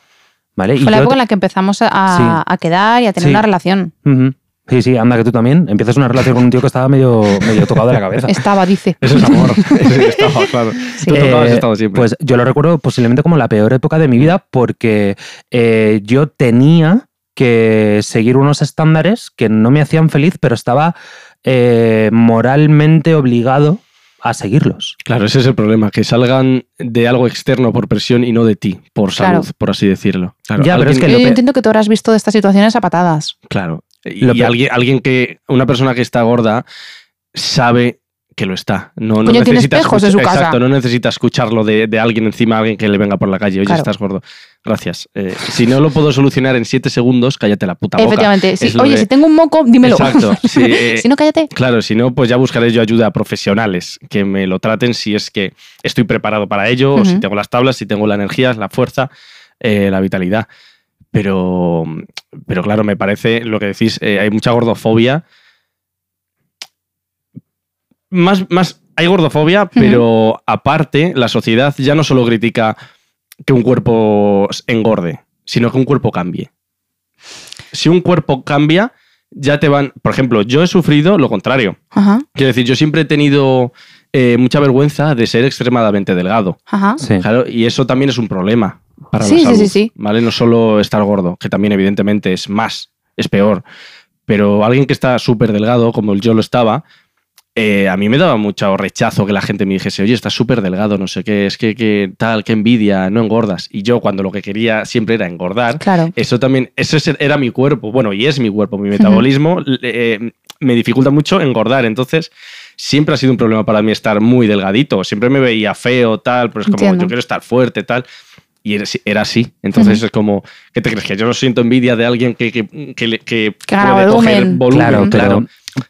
B: ¿vale? Y
A: Fue la
B: yo-
A: época en la que empezamos a, a- a quedar y a tener
B: Sí.
A: una relación.
B: Ujú. Sí, sí, anda que tú también empiezas una relación con un tío que estaba medio, medio tocado de la cabeza.
A: Estaba, dice.
C: Eso es amor. Eso estaba, claro.
A: Sí.
C: Tú
B: Eh,
C: tocabas estado siempre.
B: Pues yo lo recuerdo posiblemente como la peor época de mi vida porque eh, yo tenía que seguir unos estándares que no me hacían feliz, pero estaba eh, moralmente obligado a seguirlos.
C: Claro, ese es el problema, que salgan de algo externo por presión y no de ti, por
A: Claro.
C: salud, por así decirlo. Claro,
B: Ya, pero es
A: Yo,
B: que
A: "Eh, yo
B: lo pe-
A: entiendo que tú habrás visto de estas situaciones a patadas.
C: Claro. Y,
B: Lo
C: y
B: pe-
C: alguien, alguien que, una persona que está gorda, sabe que lo está. No, no
A: Coño, tiene
C: necesita
A: espejos en su casa.
C: Exacto, no necesita escucharlo de, de alguien encima, alguien que le venga por la calle. Oye,
A: Claro.
C: estás gordo. Gracias. Eh, si no lo puedo solucionar en siete segundos, cállate la puta boca.
A: Efectivamente. Sí,
C: Es lo
A: Oye,
C: de-
A: si tengo un moco, dímelo.
C: Exacto. Sí, eh,
A: si no, cállate.
C: Claro, si no, pues ya buscaré yo ayuda a profesionales que me lo traten si es que estoy preparado para ello, o si
A: Ujú.
C: tengo las tablas, si tengo la energía, la fuerza, eh, la vitalidad. Pero, pero claro, me parece lo que decís, eh, hay mucha gordofobia. Más, más, hay gordofobia, pero aparte, la sociedad ya no solo critica que un cuerpo engorde, sino que un cuerpo cambie. Si un cuerpo cambia, ya te van. Por ejemplo, yo he sufrido lo contrario.
A: Ajá.
C: Quiero decir, yo siempre he tenido eh, mucha vergüenza de ser extremadamente delgado.
A: Ajá.
B: Sí.
C: Claro, y eso también es un problema para
A: Sí,
C: la
A: sí,
C: salud.
A: sí, sí.
C: ¿Vale? No solo estar gordo, que también evidentemente es más, es peor. Pero alguien que está súper delgado, como yo lo estaba, eh, a mí me daba mucho rechazo que la gente me dijese, oye, estás súper delgado, no sé qué, es que, que tal, qué envidia, no engordas. Y yo, cuando lo que quería siempre era engordar,
A: Claro.
B: Eh,
C: eso también, eso es- era mi cuerpo, bueno, y es mi cuerpo, mi metabolismo le- eh, me dificulta mucho engordar, entonces siempre ha sido un problema para mí estar muy delgadito, siempre me veía feo, tal, pero es como
A: Entiendo.
C: yo quiero estar fuerte, tal. Y era así- era así. Entonces es como, ¿qué te crees? Que yo no siento envidia de alguien que, que, que, le- que
A: Que gana
C: puede coger
A: volumen.
C: volumen.
B: Claro,
C: Claro,
B: claro.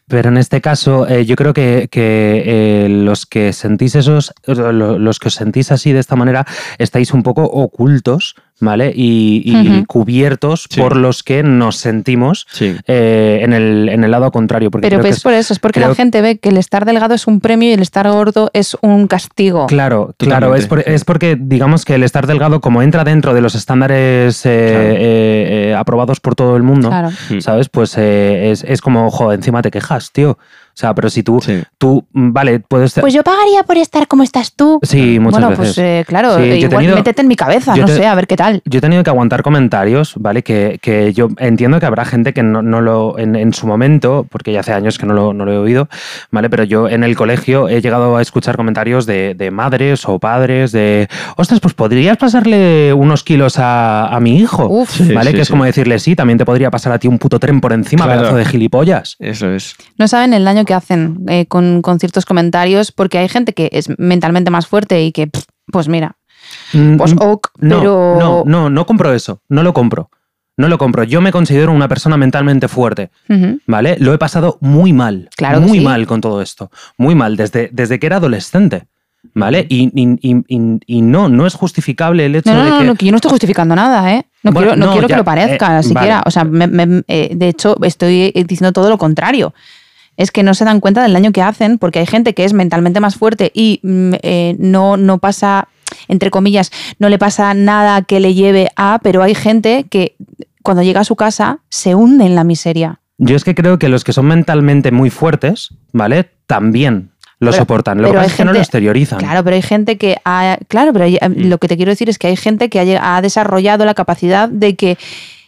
B: Pero en este caso, eh, yo creo que, que, eh, los que sentís esos, lo- los que os sentís así de esta manera, estáis un poco ocultos, ¿vale? Y, y
A: Ujú.
B: cubiertos
C: Sí.
B: por los que nos sentimos
C: Sí.
B: eh, en, el, en el lado contrario. Porque
A: Pero pues
B: creo que
A: es
B: es-
A: por eso, es porque la
B: creo-
A: gente ve que el estar delgado es un premio y el estar gordo es un castigo.
B: Claro, claro, es, por-
C: Totalmente, sí.
B: es porque digamos que el estar delgado, como entra dentro de los estándares eh,
C: Claro.
B: eh, eh, aprobados por todo el mundo,
A: Claro.
C: Mm.
B: ¿sabes? Pues eh, es, es como, ojo, encima te quejas, tío. O sea, pero si tú,
C: Sí.
B: tú mm, vale, puedes...
D: Pues yo pagaría por estar como estás tú.
B: sí, muchas
A: bueno,
B: veces.
A: pues eh, claro,
B: Sí, yo he
A: igual
B: tenido-
A: métete en mi cabeza,
B: yo
A: no
B: te-
A: sé, a ver qué tal.
B: Yo he tenido que aguantar comentarios, ¿vale? Que, que yo entiendo que habrá gente que no, no lo, en, en su momento, porque ya hace años que no lo, no lo he oído, ¿vale? Pero yo en el colegio he llegado a escuchar comentarios de, de madres o padres de, ostras, pues podrías pasarle unos kilos a, a mi hijo,
A: Uf.
C: Sí,
B: ¿vale?
C: sí,
B: que es
C: sí. Claro.
B: pedazo de gilipollas.
C: Eso es.
A: No saben el daño que hacen eh, con, con ciertos comentarios porque hay gente que es mentalmente más fuerte y que, pff, pues mira,
B: Mm,
A: pues ok,
B: No,
A: pero...
B: no, no, no compro eso, no lo compro. No lo compro. Yo me considero una persona mentalmente fuerte.
A: Ujú.
B: ¿Vale? Lo he pasado muy mal.
A: Claro que
B: Muy
A: sí.
B: mal con todo esto. Muy mal, desde, desde que era adolescente. ¿Vale? Y, y- y- y- y no, no es justificable el hecho
A: No, no,
B: de
A: no,
B: que.
A: no, que yo no estoy justificando nada, ¿eh? No
B: Bueno,
A: quiero, no
B: no,
A: quiero
B: ya,
A: que lo parezca
B: eh,
A: siquiera.
B: vale.
A: O sea, me- me- eh, de hecho, estoy diciendo todo lo contrario. Es que no se dan cuenta del daño que hacen porque hay gente que es mentalmente más fuerte y mm, eh, no, no pasa, entre comillas, no le pasa nada que le lleve a, pero hay gente que cuando llega a su casa se hunde en la miseria.
B: Yo es que creo que los que son mentalmente muy fuertes, ¿vale? También lo
A: Pero-
B: soportan. Lo que
A: pero
B: pasa
A: hay
B: es que no lo
A: gente-
B: exteriorizan.
A: Claro, pero hay gente que ha, claro, pero hay- eh,
C: Mm.
A: lo que te quiero decir es que hay gente que ha, lle- ha desarrollado la capacidad de que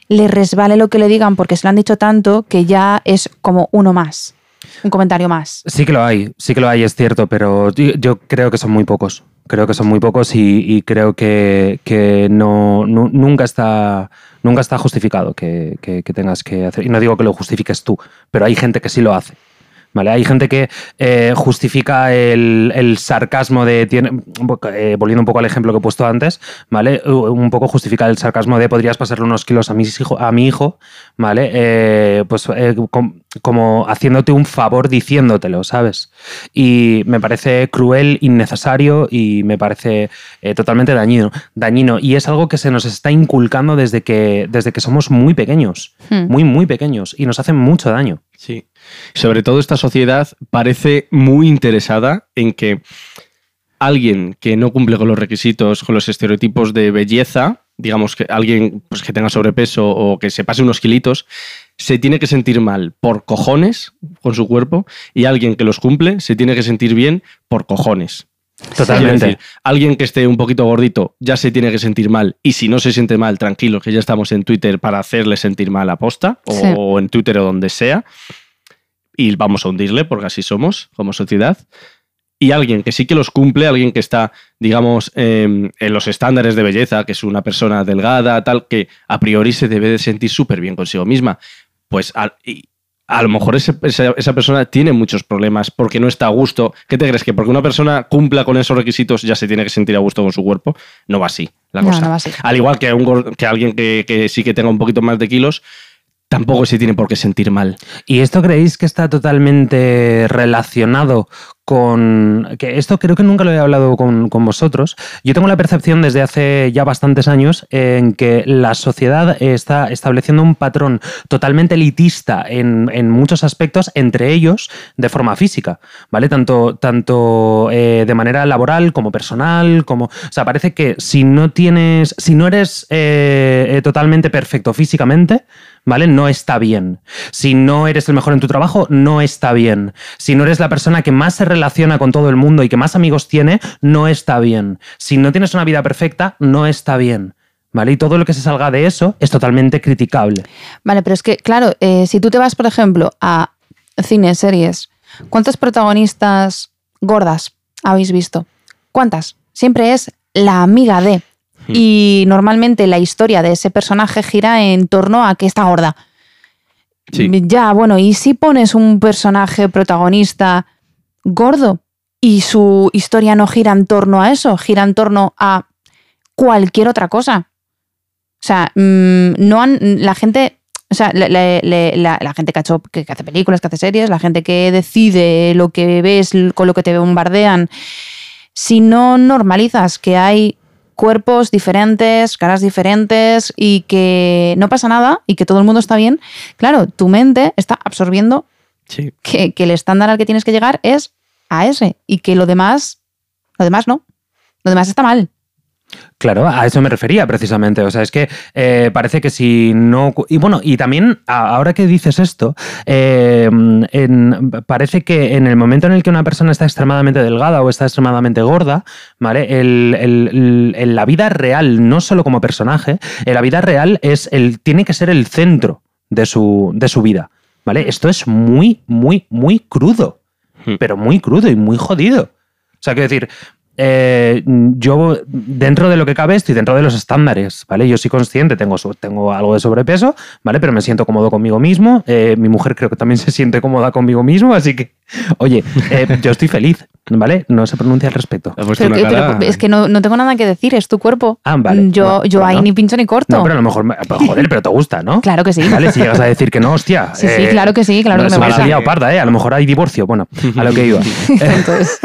A: le resbale lo que le digan porque se lo han dicho tanto que ya es como uno más, un comentario más.
B: Sí que lo hay, sí que lo hay, es cierto, pero yo, yo creo que son muy pocos. Creo que son muy pocos y, y creo que, que no, nu- nunca, está, nunca está justificado que, que- que tengas que hacer. Y no digo que lo justifiques tú, pero hay gente que sí lo hace. ¿Vale? Hay gente que eh, justifica el, el sarcasmo de. Tiene, eh, volviendo un poco al ejemplo que he puesto antes, ¿vale? U- Un poco justifica el sarcasmo de podrías pasarle unos kilos a, mis hijo, a mi hijo, ¿vale? Eh, pues eh, com- como haciéndote un favor diciéndotelo, ¿sabes? Y me parece cruel, innecesario y me parece eh, totalmente dañino, dañino. Y es algo que se nos está inculcando desde que, desde que somos muy pequeños,
A: Hmm.
B: muy, muy pequeños, y nos hacen mucho daño.
C: Sí. Sobre todo esta sociedad parece muy interesada en que alguien que no cumple con los requisitos, con los estereotipos de belleza, digamos que alguien pues, que tenga sobrepeso o que se pase unos kilitos, se tiene que sentir mal por cojones con su cuerpo y alguien que los cumple se tiene que sentir bien por cojones. Quiero
B: Totalmente.
C: decir, alguien que esté un poquito gordito ya se tiene que sentir mal y si no se siente mal, tranquilo, que ya estamos en Twitter para hacerle sentir mal a posta o,
A: Sí.
C: o en Twitter o donde sea y vamos a hundirle porque así somos como sociedad. Y alguien que sí que los cumple, alguien que está, digamos, em, en los estándares de belleza, que es una persona delgada, tal, que a priori se debe de sentir súper bien consigo misma, pues al- y- a lo mejor ese- esa, esa persona tiene muchos problemas porque no está a gusto. ¿Qué te crees? ¿Que porque una persona cumpla con esos requisitos ya se tiene que sentir a gusto con su cuerpo? No va así la
A: No,
C: cosa.
A: no va así.
C: Al igual que, un gor- que alguien que, que sí que tenga un poquito más de kilos, tampoco se tiene por qué sentir mal.
B: ¿Y esto creéis que está totalmente relacionado con... que esto creo que nunca lo he hablado con, con vosotros. Yo tengo la percepción desde hace ya bastantes años en que la sociedad está estableciendo un patrón totalmente elitista en, en muchos aspectos, entre ellos de forma física, ¿vale? Tanto, tanto eh, de manera laboral como personal, como... O sea, parece que si no tienes... si no eres eh, eh, totalmente perfecto físicamente, ¿vale? No está bien. Si no eres el mejor en tu trabajo, no está bien. Si no eres la persona que más se relaciona con todo el mundo y que más amigos tiene, no está bien. Si no tienes una vida perfecta, no está bien. ¿Vale? Y todo lo que se salga de eso es totalmente criticable.
A: Vale, pero es que, claro, eh, si tú te vas, por ejemplo, a cine, series, ¿cuántas protagonistas gordas habéis visto? ¿Cuántas? Siempre es la amiga de.
C: Hmm.
A: Y normalmente la historia de ese personaje gira en torno a que está gorda.
C: Sí.
A: Ya, bueno, y si pones un personaje protagonista gordo y su historia no gira en torno a eso, gira en torno a cualquier otra cosa. O sea, mm, no han, la gente, o sea, le- le- le- la, la gente que, ha hecho- que- que hace películas, que hace series, la gente que decide lo que ves, l- con lo que te bombardean, si no normalizas que hay cuerpos diferentes, caras diferentes y que no pasa nada y que todo el mundo está bien, claro, tu mente está absorbiendo
C: Sí.
A: que, que el estándar al que tienes que llegar es a ese y que lo demás, lo demás no, lo demás está mal.
B: Claro, a eso me refería precisamente. O sea, es que eh, parece que si no. cu- Y bueno, y también a- ahora que dices esto, eh, en- parece que en el momento en el que una persona está extremadamente delgada o está extremadamente gorda, ¿vale? El- el- el- en la vida real, no solo como personaje, en la vida real es el, tiene que ser el centro de su, de su vida. ¿Vale? Esto es muy, muy, muy crudo
C: Hmm.
B: pero muy crudo y muy jodido. O sea, quiero decir, eh, yo dentro de lo que cabe estoy dentro de los estándares, ¿vale? Yo soy consciente, tengo, so- tengo algo de sobrepeso, ¿vale? Pero me siento cómodo conmigo mismo. eh, mi mujer creo que también se siente cómoda conmigo mismo, así que, oye, eh, yo estoy feliz, ¿vale? No se pronuncia al respecto.
C: Ha puesto
A: Pero
C: una
A: que-
C: cara-
A: pero es que no, no tengo nada que decir, es tu cuerpo.
B: Ah, vale.
A: Mm, Yo,
B: Bueno,
A: yo ahí
B: bueno.
A: ni pincho ni corto.
B: No, pero a lo mejor, me- pero, joder, pero te gusta, ¿no?
A: Claro que sí.
B: ¿Vale? Si llegas a decir que no, hostia. eh,
A: Sí, sí, claro que sí, claro que
B: no,
A: me
B: se me
A: gusta.
B: ha liado parda, ¿eh? A lo mejor hay divorcio, bueno, a lo que iba.
A: Entonces,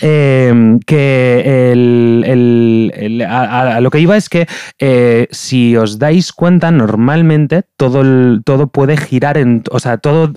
B: Eh, que el- el- el- a, a- a lo que iba es que eh, si os dais cuenta, normalmente todo, el- todo puede girar en. O sea, todo.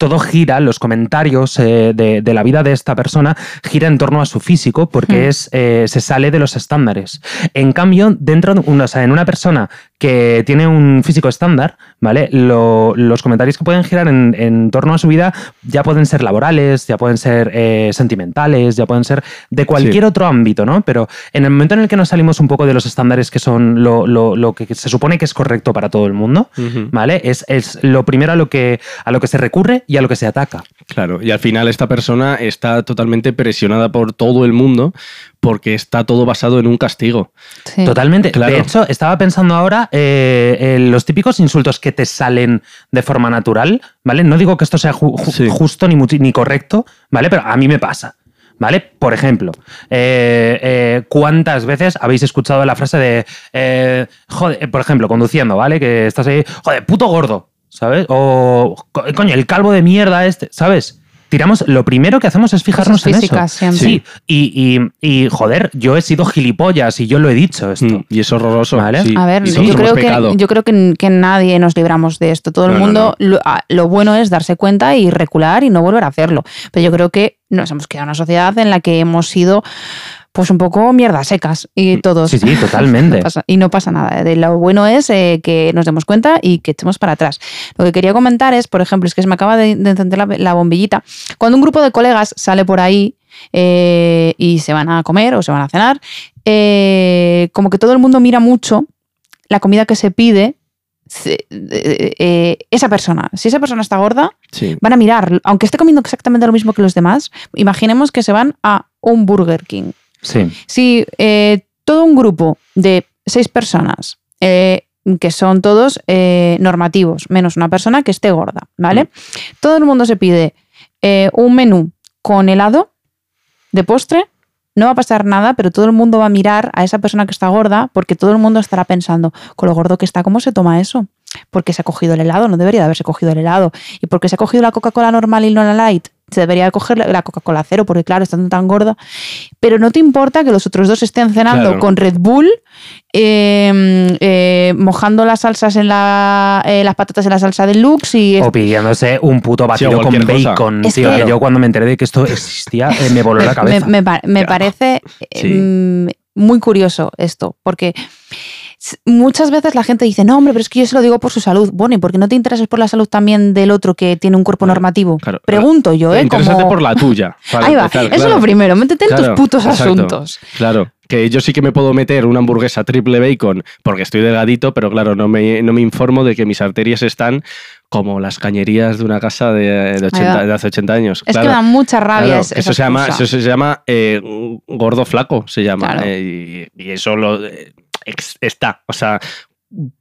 B: Todo gira, los comentarios eh, de, de la vida de esta persona gira en torno a su físico porque
A: Hmm.
B: es, eh, se sale de los estándares. En cambio, dentro de una, o sea, en una persona que tiene un físico estándar, ¿vale? Lo- los comentarios que pueden girar en, en torno a su vida ya pueden ser laborales, ya pueden ser eh, sentimentales, ya pueden ser de cualquier otro ámbito, ¿no? Pero en el momento en el que nos salimos un poco de los estándares que son lo, lo- lo que se supone que es correcto para todo el mundo,
C: Ujú.
B: ¿vale? Es, es lo primero a lo, que, a lo que se recurre y a lo que se ataca.
C: Claro, y al final esta persona está totalmente presionada por todo el mundo porque está todo basado en un castigo.
A: sí.
B: Totalmente.
C: Claro.
B: De hecho, estaba pensando ahora eh, en los típicos insultos que te salen de forma natural, ¿vale? No digo que esto sea ju- ju-
C: Sí.
B: justo ni, muchi- ni correcto, ¿vale? Pero a mí me pasa. ¿Vale? Por ejemplo, eh, eh, ¿cuántas veces habéis escuchado la frase de, eh, joder, eh, por ejemplo, conduciendo, ¿vale? Que estás ahí, joder, puto gordo, ¿sabes? O, co- coño, el calvo de mierda este, ¿sabes? Tiramos, lo primero que hacemos es fijarnos en eso.
A: físicas siempre.
B: Sí, y, y- y, joder, yo he sido gilipollas y yo lo he dicho esto.
C: Mm, Y es horroroso.
B: Vale.
C: sí.
A: A ver,
C: Y todos
A: yo creo,
C: hemos
A: que,
C: pecado.
A: yo creo que, que nadie nos libramos de esto. Todo el
C: No, no,
A: mundo, Lo, a- lo bueno es darse cuenta y recular y no volver a hacerlo. Pero yo creo que nos hemos quedado en una sociedad en la que hemos sido pues un poco mierdas secas
C: Mm,
A: y todos.
B: Sí, sí,
A: No
B: totalmente.
A: pasa- y no pasa nada. De lo bueno es eh, que nos demos cuenta y que echemos para atrás. Lo que quería comentar es, por ejemplo, es que se me acaba de, de encender la, la bombillita. Cuando un grupo de colegas sale por ahí eh, y se van a comer o se van a cenar, eh, como que todo el mundo mira mucho la comida que se pide. ce- eh, eh, esa persona, si esa persona está gorda,
C: Sí.
A: van a mirar, aunque esté comiendo exactamente lo mismo que los demás, imaginemos que se van a un Burger King
B: Sí.
A: si eh, todo un grupo de seis personas, eh, que son todos eh, normativos, menos una persona que esté gorda, ¿vale? Todo el mundo se pide eh, un menú con helado de postre, no va a pasar nada, pero todo el mundo va a mirar a esa persona que está gorda porque todo el mundo estará pensando, con lo gordo que está, ¿cómo se toma eso? Porque se ha cogido el helado, no debería de haberse cogido el helado. Y porque se ha cogido la Coca-Cola normal y no la light, se debería de coger la Coca-Cola cero, porque claro, estando tan gorda. Pero no te importa que los otros dos estén cenando
C: Claro.
A: con Red Bull, eh, eh, mojando las salsas en la, eh, las patatas en la salsa deluxe y
B: O pidiéndose un puto batido
C: Sí, o
B: con
C: cualquier cosa.
B: bacon,
A: Es
B: tío.
A: que-
B: que Yo cuando me enteré de que esto existía, eh, me voló la cabeza.
A: Me, me pa- me
C: Qué asco.
A: parece eh,
C: Sí.
A: mm, muy curioso esto, porque s- muchas veces la gente dice, no, hombre, pero es que yo se lo digo por su salud. Bueno, ¿y por qué no te interesas por la salud también del otro que tiene un cuerpo
C: Claro,
A: normativo?
C: claro.
A: Pregunto yo, ¿eh?
C: Interesante
A: Como-
C: por la tuya. para
A: Ahí va,
C: empezar,
A: eso es
C: claro.
A: lo primero, métete en
C: Claro,
A: tus putos
C: exacto.
A: asuntos.
C: Claro, que yo sí que me puedo meter una hamburguesa triple bacon porque estoy delgadito, pero claro, no me, no me informo de que mis arterias están como las cañerías de una casa de, de 80
A: va.
C: de hace 80 años.
A: Es que
C: claro.
A: me da mucha rabia
C: Claro,
A: es-
C: que eso,
A: esa
C: se llama,
A: excusa.
C: eso se llama eh, gordo flaco, se llama.
A: Claro.
C: eh, y, y eso lo, eh, ex- está. O sea,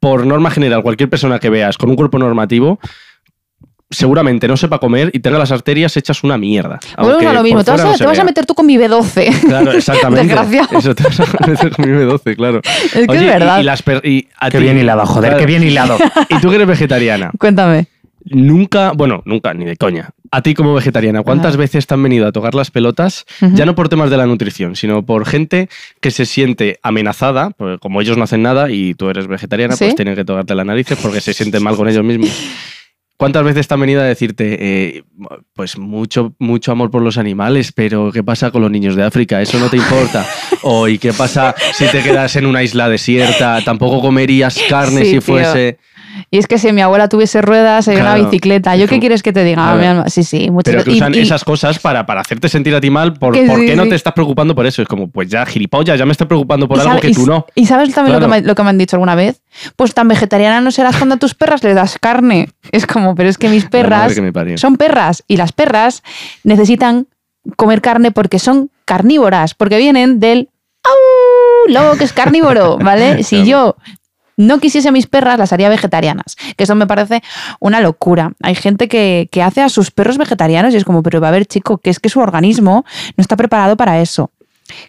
C: por norma general, cualquier persona que veas con un cuerpo normativo seguramente no sepa comer y tenga las arterias hechas una mierda.
A: Volvemos
C: aunque
A: a lo mismo,
C: por
A: te vas,
C: fuera
A: a,
C: no se
A: te vas a
C: vea.
A: meter tú con mi B12.
C: Claro, exactamente.
A: Desgraciado.
C: Eso te vas a meter con mi B12, claro.
A: es que
C: Oye,
A: es
C: y-
A: verdad.
C: Y, las per- y a
B: Qué
C: ti-
B: bien hilado, joder,
C: Claro.
B: qué bien hilado.
C: Y tú que eres vegetariana,
A: Cuéntame.
C: nunca, bueno, nunca, ni de coña. A ti como vegetariana, ¿cuántas
A: Ajá.
C: veces te han venido a tocar las pelotas?
A: Ujú.
C: Ya no por temas de la nutrición, sino por gente que se siente amenazada, porque como ellos no hacen nada y tú eres vegetariana,
A: ¿Sí?
C: pues tienen que tocarte las narices porque se sienten mal con ellos mismos. ¿Cuántas veces te han venido a decirte, eh, pues mucho, mucho amor por los animales, pero ¿qué pasa con los niños de África? Eso no te importa. O ¿y qué pasa si te quedas en una isla desierta? Tampoco comerías carne
A: Sí,
C: si
A: tío.
C: fuese...
A: Y es que si mi abuela tuviese ruedas, sería
C: Claro.
A: una bicicleta. ¿Yo
C: Es
A: qué
C: un-
A: quieres que te diga?
C: Claro.
A: mi alma? Sí, sí, muchas
C: Pero que
A: y-
C: usan
A: y-
C: esas cosas para, para hacerte sentir a ti mal, ¿por,
A: Que
C: ¿por
A: sí,
C: qué no
A: sí.
C: te estás preocupando por eso? Es como, pues ya, gilipollas, ya me estoy preocupando por
A: y
C: algo
A: sabe-
C: que
A: y-
C: tú no.
A: Y sabes también lo, que
C: Claro.
A: me, lo que me han dicho alguna vez. Pues tan vegetariana no serás cuando a tus perras le das carne. Es como, pero es que mis
C: La madre
A: perras
C: que me parió.
A: son perras y las perras necesitan comer carne porque son carnívoras, porque vienen del ¡au! lobo que es carnívoro, ¿vale? Si yo no quisiese mis perras, las haría vegetarianas, que eso me parece una locura. Hay gente que, que hace a sus perros vegetarianos y es como, pero va a ver, chico, que es que su organismo no está preparado para eso.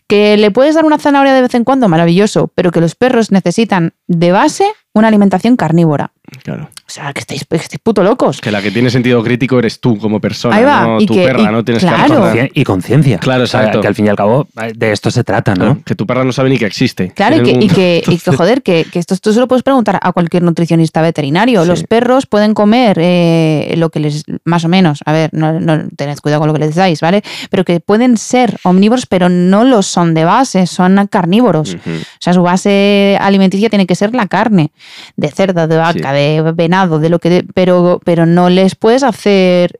A: Que le puedes dar una zanahoria de vez en cuando, maravilloso, pero que los perros necesitan de base una alimentación carnívora.
C: Claro.
A: O sea, que estáis, que estáis puto locos.
C: Que la que tiene sentido crítico eres tú como persona,
A: Ahí va,
C: no
A: y
C: tu
A: que-
C: perra,
A: y-
C: no tienes que
A: claro.
C: acordar.
B: Y conciencia.
C: Claro,
B: O sea,
C: exacto.
B: Que al fin y al cabo eh, de esto se trata, ¿no?
C: Que tu perra no sabe ni que existe.
A: Claro, y
C: En
A: que,
C: el
A: y
C: mundo.
A: que, y que, joder, que, que esto tú se lo puedes preguntar a cualquier nutricionista veterinario.
C: Sí.
A: Los perros pueden comer eh, lo que les, más o menos, a ver, no, no- tened cuidado con lo que les dais, ¿vale? Pero que pueden ser omnívoros, pero no lo son de base, son carnívoros.
C: Ujú.
A: O sea, su base alimenticia tiene que ser la carne, de cerdo, de vaca, de venado, de lo que... pero, pero no les puedes hacer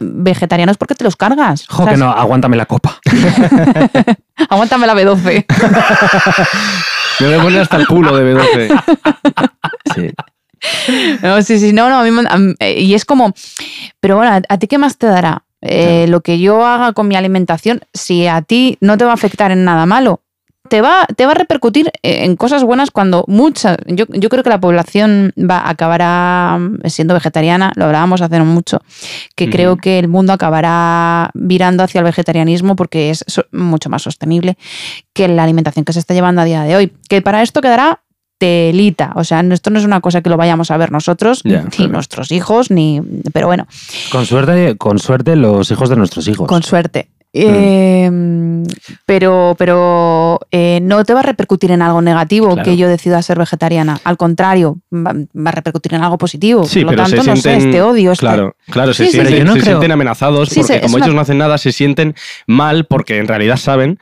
A: vegetarianos porque te los cargas. O
B: Jo,
A: sea,
B: que no, aguántame la copa.
A: Aguántame la B12.
C: Me voy a poner hasta el culo de B12. Sí.
A: No, sí, sí, no, no, a mí, me- a mí- eh, y es como, pero bueno, ¿a- ¿a ti qué más te dará? Eh, Lo que yo haga con mi alimentación, si a ti no te va a afectar en nada malo, te va, te va a repercutir eh, en cosas buenas cuando muchas, yo, yo creo que la población va, acabará mm, siendo vegetariana, lo hablábamos hace no mucho, que
C: Ujú.
A: creo que el mundo acabará virando hacia el vegetarianismo porque es so- mucho más sostenible que la alimentación que se está llevando a día de hoy. Que para esto quedará telita. O sea, no- esto no es una cosa que lo vayamos a ver nosotros,
C: Ya,
A: ni
C: claro.
A: nuestros hijos, ni. Pero bueno,
B: Con suerte, con suerte los hijos de nuestros hijos.
A: con suerte.
C: Mm.
A: Eh, pero pero eh, no te va a repercutir en algo negativo
C: Claro.
A: que yo decida ser vegetariana. Al contrario, va, va a repercutir en algo positivo.
C: Sí,
A: Por lo
C: pero
A: tanto,
C: se
A: no sé,
C: sienten.
A: este odio. este-
C: Claro, claro,
A: Sí,
C: se,
A: sí,
C: sienten,
B: Pero yo no
C: se
B: creo-
C: sienten amenazados
A: Sí,
C: porque,
A: se- es
C: como
A: una-
C: ellos no hacen nada, se sienten mal porque en realidad saben.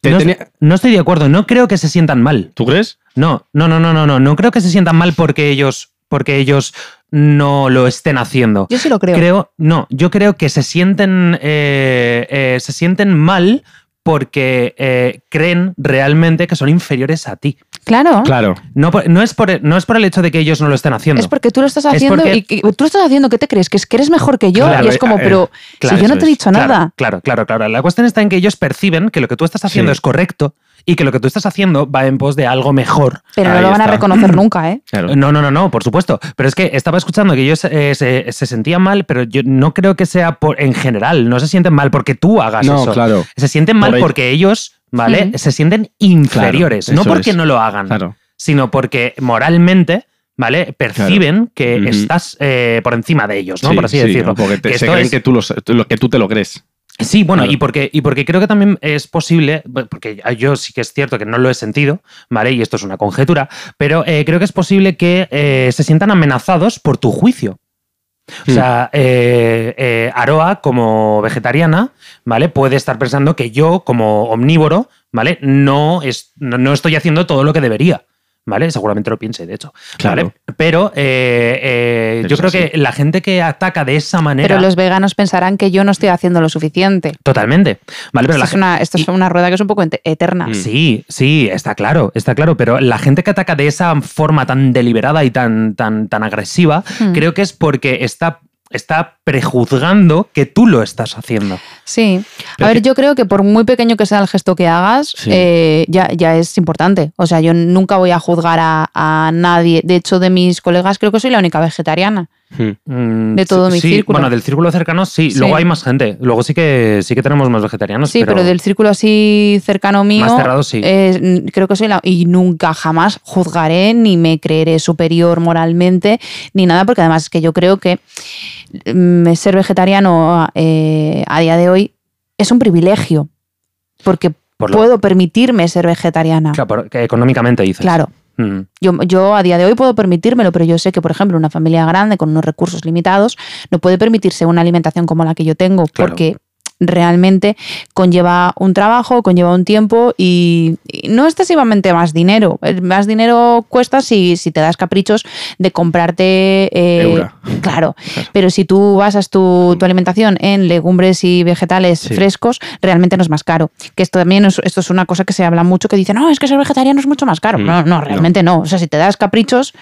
C: Te
B: No,
C: tenía-
B: no estoy de acuerdo, no creo que se sientan mal.
C: ¿Tú crees?
B: No, no, no, no, no, no. No creo que se sientan mal porque ellos, porque ellos no lo estén haciendo.
A: Yo sí lo creo.
B: no, yo creo que se sienten, eh, eh, se sienten mal porque eh, creen realmente que son inferiores a ti.
A: Claro.
C: Claro.
B: No, por- no, es por, no es por el hecho de que ellos no lo estén haciendo.
A: Es porque tú lo estás
B: Es
A: haciendo
B: porque-
A: y, y- tú lo estás haciendo, ¿qué te crees? Que es que eres mejor que yo
C: Claro,
A: y es como,
C: eh,
A: pero
C: claro,
A: si yo no
C: eso
A: te he
C: es.
A: dicho
B: Claro,
A: nada.
B: Claro, claro, claro. La cuestión está en que ellos perciben que lo que tú estás haciendo
C: Sí.
B: es correcto y que lo que tú estás haciendo va en pos de algo mejor.
A: Pero no
C: Ahí
A: lo van
C: está.
A: a reconocer nunca, ¿eh?
C: claro.
B: No, no, no, no, por supuesto. Pero es que estaba escuchando que ellos eh, se, se sentían mal, pero yo no creo que sea por, en general. No se sienten mal porque tú hagas
C: No,
B: eso.
C: claro.
B: Se sienten mal
C: Por ello.
B: porque ellos, ¿vale?
A: Ujú.
B: Se sienten inferiores.
C: Claro,
B: no
C: eso
B: porque
C: es.
B: no lo hagan,
C: Claro.
B: sino porque moralmente, ¿vale? Perciben que
C: Ujú.
B: estás eh, por encima de ellos, ¿no?
C: Sí,
B: por así
C: sí,
B: decirlo.
C: o Porque te-
B: Que
C: se
B: esto
C: creen
B: es-
C: que, tú los- lo- que tú te lo crees.
B: Sí, bueno,
C: Claro.
B: y, porque, y porque creo que también es posible, porque yo sí que es cierto que no lo he sentido, ¿vale? Y esto es una conjetura, pero eh, creo que es posible que eh, se sientan amenazados por tu juicio. O
C: Mm.
B: sea, eh, eh, Aroa, como vegetariana, ¿vale? Puede estar pensando que yo, como omnívoro, ¿vale? No, es- no, no estoy haciendo todo lo que debería. ¿Vale? Seguramente lo piense, de hecho.
C: Claro.
B: ¿vale? Pero eh, eh,
C: Pero
B: yo
C: es
B: creo
C: así.
B: que la gente que ataca de esa manera.
A: Pero los veganos pensarán que yo no estoy haciendo lo suficiente.
B: Totalmente. ¿Vale?
A: esto,
B: Pero la
A: es una, esto es una rueda que es un poco ente- eterna.
C: Mm.
B: Ah, Sí, sí, está claro, está claro. Pero la gente que ataca de esa forma tan deliberada y tan, tan, tan agresiva,
A: Mm.
B: creo que es porque está, está prejuzgando que tú lo estás haciendo.
A: Sí.
C: Pero
A: a ver,
C: que-
A: yo creo que por muy pequeño que sea el gesto que hagas,
C: Sí.
A: eh, ya, ya es importante. O sea, yo nunca voy a juzgar a, a nadie. De hecho, de mis colegas creo que soy la única vegetariana.
C: Mm.
B: Mm,
A: De todo
B: sí,
A: mi
B: sí,
A: círculo.
B: Bueno, del círculo cercano sí.
A: Sí.
B: Luego hay más gente. Luego sí que sí que tenemos más vegetarianos.
A: sí, pero, del círculo así cercano mío,
B: más cerrado sí.
A: eh, n- creo que soy la... Y nunca jamás juzgaré ni me creeré superior moralmente ni nada, porque además es que yo creo que mm, ser vegetariano eh, a día de hoy es un privilegio, porque
B: por lo-
A: puedo permitirme ser vegetariana.
B: claro, por- que económicamente dices.
A: Claro,
B: Mm.
A: yo, yo a día de hoy puedo permitírmelo, pero yo sé que, por ejemplo, una familia grande con unos recursos limitados no puede permitirse una alimentación como la que yo tengo,
B: Claro.
A: porque realmente conlleva un trabajo, conlleva un tiempo y, y no excesivamente más dinero. El Más dinero cuesta si, si te das caprichos de comprarte... eh,
C: Eura.
A: Claro,
C: Claro.
A: pero si tú basas tu, tu alimentación en legumbres y vegetales
C: Sí.
A: frescos, realmente no es más caro. Que esto también es, esto es una cosa que se habla mucho, que dicen, no, es que ser vegetariano es mucho más caro.
C: Mm,
A: No,
C: no.
A: no, realmente no. O sea, si te das caprichos,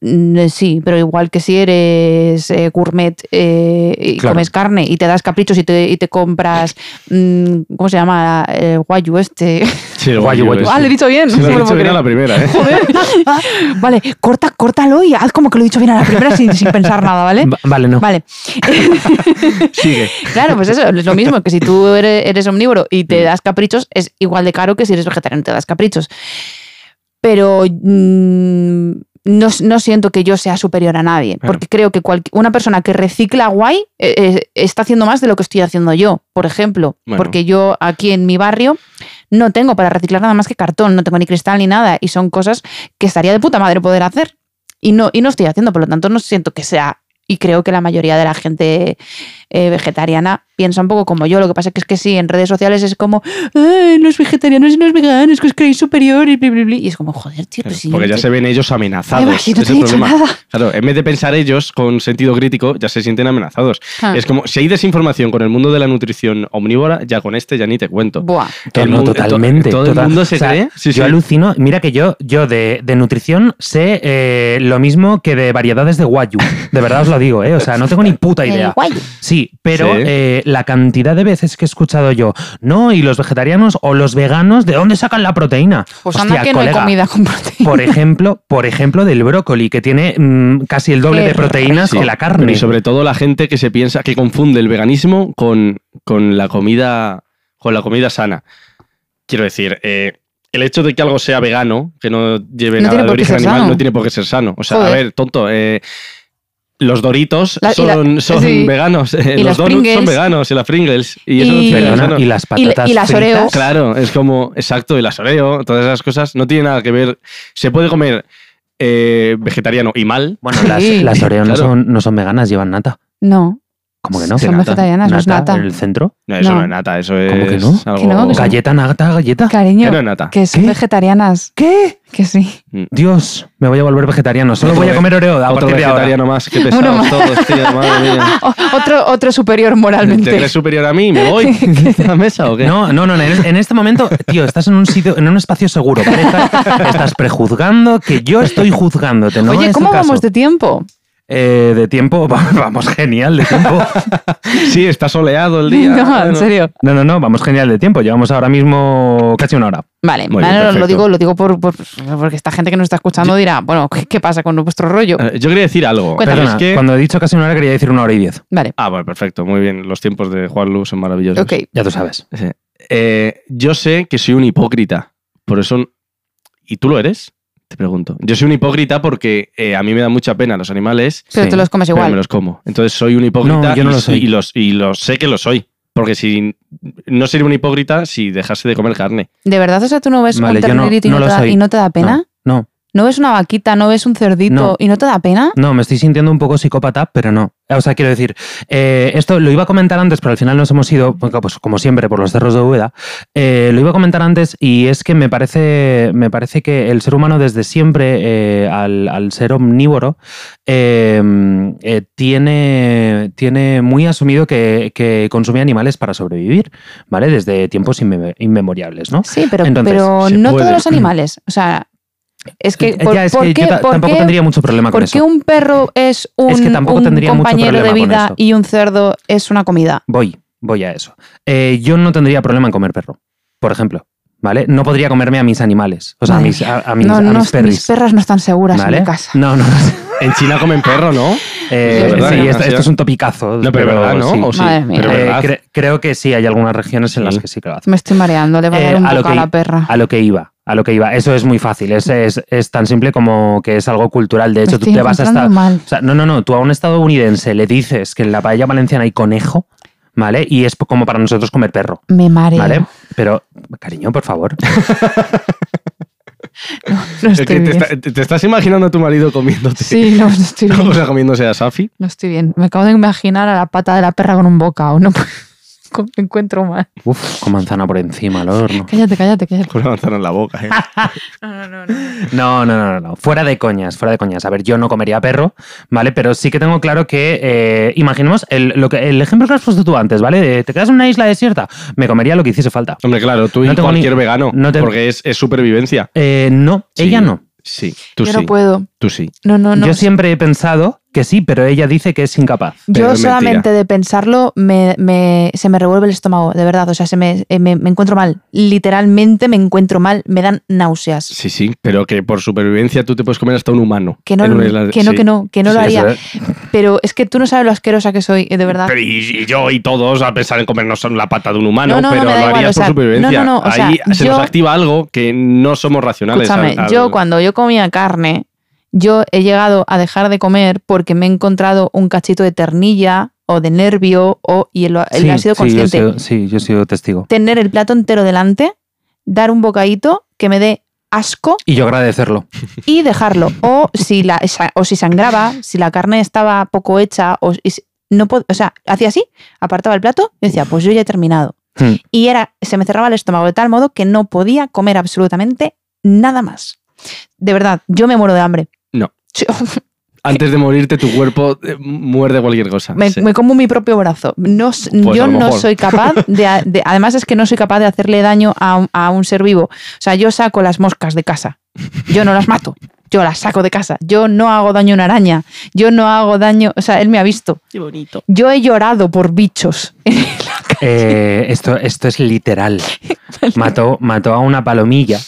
A: mm, sí, pero igual que si eres eh, gourmet eh, y
B: Claro.
A: comes carne y te das caprichos y te, y te compras, mm, ¿cómo se llama? El guayu este.
C: Sí, el
B: Guayu,
C: guayu
B: guayu.
A: ah,
C: ese.
A: lo he dicho bien.
C: Pues Sí, lo
A: No
C: he
A: me lo
C: dicho
A: puedo
C: bien a
A: creer.
C: la primera, ¿eh?
A: Vale, corta, córtalo y haz como que lo he dicho bien a la primera sin, sin pensar nada, ¿vale?
B: Va- Vale, no.
A: Vale.
C: Sigue.
A: Claro, pues eso, es lo mismo que si tú eres, eres omnívoro y
C: Mm.
A: te das caprichos, es igual de caro que si eres vegetariano y te das caprichos. Pero mm, no, no siento que yo sea superior a nadie,
C: Claro.
A: porque creo que cualqui- una persona que recicla guay eh, eh, está haciendo más de lo que estoy haciendo yo, por ejemplo,
C: Bueno.
A: porque yo aquí en mi barrio no tengo para reciclar nada más que cartón, no tengo ni cristal ni nada, y son cosas que estaría de puta madre poder hacer. Y no, y no estoy haciendo, por lo tanto no siento que sea... Y creo que la mayoría de la gente eh, vegetariana piensa un poco como yo. Lo que pasa que es que sí, en redes sociales es como "Ay, los vegetarianos y los veganos que os creéis superiores, bli, bli, bli". Y es como, joder, tío, pues sí.
C: Porque ya
A: tío.
C: se ven ellos
A: Eva,
C: amenazados.
A: que no
C: es
A: te
C: el
A: he dicho
C: problema.
A: nada.
C: Claro, en vez de pensar ellos con sentido crítico, ya se sienten amenazados.
A: Ah,
C: Es como, si hay desinformación con el mundo de la nutrición omnívora, ya con este ya ni te cuento.
A: Buah.
B: To-
C: El
B: no,
C: mundo-
B: totalmente.
C: to- Todo
B: total-
C: el mundo se
B: o sea,
C: cree. Sí,
B: yo
C: sí.
B: alucino. Mira que yo, yo de, de nutrición sé eh, lo mismo que de variedades de guayu. De verdad os lo digo, ¿eh? O sea, no tengo ni puta
D: El
B: idea.
D: guay.
B: Sí, pero
C: Sí.
B: eh, la cantidad de veces que he escuchado yo, no, y los vegetarianos o los veganos, ¿de dónde sacan la proteína?
A: Pues
B: Hostia,
A: anda que no
B: colega,
A: hay comida con proteína.
B: Por ejemplo, por ejemplo, del brócoli, que tiene mm, casi el doble
A: Qué
B: de proteínas
C: Sí,
B: que la
C: pero
B: carne.
C: Y sobre todo la gente que se piensa, que confunde el veganismo con, con la comida. con la comida sana. Quiero decir, eh, el hecho de que algo sea vegano, que no lleve
A: No tiene
C: nada de
A: por qué
C: origen
A: ser
C: animal,
A: sano.
C: no tiene por qué ser sano. O sea,
A: Joder.
C: a ver, tonto, eh, los doritos
A: La- y la-
C: son, son
A: sí.
C: veganos, eh,
A: Y las
C: los donuts son
A: Pringles.
C: veganos y las Pringles. Y, eso
A: Y-
C: no tiene nada de
B: Perdona,
C: sano.
B: y las
A: Y- y
B: patatas
A: las
B: fritas,
A: Oreos.
C: Claro, es como, exacto, el asoreo, todas esas cosas, no tiene nada que ver. Se puede comer eh, vegetariano y mal.
B: Bueno,
A: Sí.
B: las, las Oreos no,
C: Claro.
B: son, no son veganas, llevan nata.
A: No,
B: ¿Cómo que no?
A: son
C: nata.
A: vegetarianas, no es nata.
B: ¿En el centro?
C: No, eso no,
A: No.
C: es nata, eso es
B: ¿Cómo que no?
C: algo...
A: Que no, que son-
B: ¿Galleta, nata, galleta?
C: Que
A: Cariño,
C: no es nata.
A: que son
B: ¿Qué?
A: vegetarianas.
B: ¿Qué?
A: Que sí.
B: Dios, me voy a volver vegetariano. Solo
C: Otro
B: voy a
C: ve-
B: comer Oreo a
C: Otro
B: partir de ahora.
C: vegetariano más, que pesados
A: más.
C: todos, tío, madre mía.
A: O- otro, otro superior
C: ¿Te
A: moralmente.
C: crees superior a mí? ¿Me voy de la mesa o qué?
B: No, no, no, no, en en este momento, tío, estás en un sitio, en un espacio seguro. ¿vale? Estás, estás prejuzgando que yo estoy juzgándote, ¿no?
A: Oye,
B: Es tu
A: ¿cómo
B: caso.
A: vamos de tiempo?
B: Eh, de tiempo? va- Vamos genial de tiempo.
C: Sí, está soleado el día.
A: no, en
C: bueno.
A: serio.
B: No, no, no, vamos genial de tiempo. Llevamos ahora mismo casi una hora.
A: Vale,
C: Muy bien,
A: Manolo, lo
C: perfecto.
A: digo, lo digo por, por- porque esta gente que nos está escuchando dirá, bueno, ¿qué, qué pasa con vuestro rollo?
C: Eh, Yo quería decir algo.
A: Cuéntame.
C: pero
B: Perdona,
C: es que...
B: cuando he dicho casi una hora quería decir una hora y diez.
A: Vale,
C: Ah, bueno, perfecto, muy bien. Los tiempos de Juan Luz son maravillosos.
A: ok.
B: Ya tú sabes.
C: Sí. Eh, yo sé que soy un hipócrita. Por eso. ¿Y tú lo eres? Te pregunto. Yo soy un hipócrita porque eh, a mí me da mucha pena los animales,
A: Pero
B: Sí.
A: te los comes
C: pero
A: igual.
C: me los como. Entonces soy un hipócrita
B: No, yo no
C: y,
B: lo soy.
C: y los, y los sé que lo soy. Porque si no sería un hipócrita si dejase de comer carne.
A: ¿De verdad? O sea, tú no ves
B: Vale,
A: un
B: yo no-
A: ternerito y
B: no
A: no
B: lo
A: te da-
B: soy.
A: y no te da pena.
B: No,
A: ¿No ves una vaquita, no ves un cerdito
B: No.
A: y no te da pena?
B: no, no, me estoy sintiendo un poco psicópata, pero no. O sea, quiero decir, eh, esto lo iba a comentar antes, pero al final nos hemos ido, bueno, pues como siempre, por los cerros de Úbeda. Eh, lo iba a comentar antes y es que me parece, me parece que el ser humano desde siempre, eh, al, al ser omnívoro, eh, eh, tiene, tiene muy asumido que, que consume animales para sobrevivir, ¿vale? Desde tiempos inme- inmemoriales, ¿no?
A: Sí, pero,
B: Entonces,
A: pero
B: se
A: no
B: puede.
A: todos los animales. O sea, es que. ¿Por,
B: Ya, es
A: por
B: que
A: qué,
B: yo ta-
A: por
B: tampoco
A: qué-
B: tendría mucho problema con
A: por
B: eso.
A: qué un perro es un,
B: Es que tampoco
A: un
B: tendría mucho
A: compañero de
B: problema con
A: vida
B: eso.
A: y un cerdo es una comida?
B: Voy, voy a eso. Eh, yo no tendría problema en comer perro, por ejemplo. ¿Vale? No podría comerme a mis animales. O sea, a
A: Madre
B: mis,
A: mía.
B: a, a mis,
A: no,
B: a
A: no,
B: mis
A: mis
B: perris.
A: perras no están seguras
B: ¿Vale?
A: en mi casa.
B: No, no.
C: En China comen perro, ¿no?
B: Eh,
A: Sí, es verdad,
B: sí,
A: ¿no?
B: esto,
C: Sí.
B: esto es un topicazo.
C: No, pero, verdad, ¿no?
B: sí.
C: O sí,
A: Madre mía.
C: pero
B: Eh,
C: verdad.
B: cre- creo que sí, hay algunas regiones en
C: Sí.
B: las que sí que lo hacen.
A: Me estoy mareando, le va a
B: Eh,
A: dar un
B: a lo
A: poco a
B: que-
A: la perra.
B: A lo que iba, a lo que iba. Eso es muy fácil, es, es, es tan simple como que es algo cultural. De
A: Me
B: hecho, tú
A: estoy
B: te vas a
A: encontrando
B: estar...
A: mal.
B: O sea, no, no, no, tú a un estadounidense le dices que en la paella valenciana hay conejo, ¿vale? Y es como para nosotros comer perro.
A: Me mareo.
B: ¿Vale? Pero, cariño, por favor.
A: No
C: Es que
A: estoy
C: te,
A: bien.
C: está- te- te estás imaginando a tu marido comiéndote.
A: Sí, no, no estoy bien.
C: O sea, comiéndose a Safi.
A: No estoy bien. Me acabo de imaginar a la pata de la perra con un bocado. No puedo- me encuentro mal.
B: Uf, con manzana por encima al horno.
A: Cállate, cállate, cállate.
C: Con una manzana en la boca, ¿eh?
A: No, no, no. no.
B: No, no, no, no, no. Fuera de coñas, fuera de coñas. A ver, yo no comería perro, ¿vale? Pero sí que tengo claro que, eh, imaginemos, el, lo que, el ejemplo que has puesto tú antes, ¿vale? De, Te quedas en una isla desierta, me comería lo que hiciese falta.
C: Hombre, claro, tú
B: No
C: y
B: tengo ni-
C: cualquier vegano.
B: no te-
C: Porque es, es supervivencia.
B: Eh, no,
C: Sí.
B: ella no.
C: Sí, tú
A: Yo
C: sí.
A: no puedo.
C: Tú sí.
A: No, no, no.
B: Yo siempre he pensado que sí, pero ella dice que es incapaz.
C: pero
A: Yo
C: es mentira.
A: solamente de pensarlo me, me- se me revuelve el estómago, de verdad. O sea, se me, eh, me, me encuentro mal. Literalmente me encuentro mal. Me dan náuseas.
C: Sí, sí, pero que por supervivencia tú te puedes comer hasta un humano.
A: Que no,
C: En
A: lo-
C: una isla-
A: que no,
C: sí.
A: que no, que no lo
C: Sí,
A: haría.
B: Eso, eh,
A: Pero es que tú no sabes lo asquerosa que soy, eh, de verdad.
C: Pero y, y yo y todos a pensar en comernos la pata de un humano,
A: No, no, no,
C: pero
A: me da
C: lo
A: igual,
C: harías
A: o sea,
C: por supervivencia.
A: no, no, no, o sea,
C: Ahí se nos
A: yo-
C: activa algo que no somos racionales. al-
A: Escúchame,
C: al-
A: yo cuando yo comía carne, yo he llegado a dejar de comer porque me he encontrado un cachito de ternilla o de nervio o, y él, lo- él
B: sí,
A: ha sido
B: sí, yo he
A: consciente.
B: sido- sí, yo he sido testigo.
A: Tener el plato entero delante, dar un bocadito que me dé asco
B: Y yo agradecerlo.
A: y dejarlo. O si, la, esa- o si sangraba, si la carne estaba poco hecha, o, y si- no pod- o sea, hacía así, apartaba el plato y decía, pues yo ya he terminado.
B: Hmm.
A: Y era, se me cerraba el estómago de tal modo que no podía comer absolutamente nada más. De verdad, yo me muero de hambre.
C: No.
A: Sí, oh,
C: Antes de morirte, tu cuerpo eh, muerde cualquier cosa.
A: me,
C: Sí.
A: me como mi propio brazo. No, s-
C: Pues a
A: yo
C: lo
A: no
C: mejor.
A: soy capaz de, a- de- Además es que no soy capaz de hacerle daño a un, a un ser vivo. O sea, yo saco las moscas de casa. Yo no las mato. Yo las saco de casa. Yo no hago daño a una araña. Yo no hago daño... O sea, él me ha visto.
D: Qué bonito.
A: Yo he llorado por bichos.
B: Eh, esto, esto es literal. Mató, mató a una palomilla.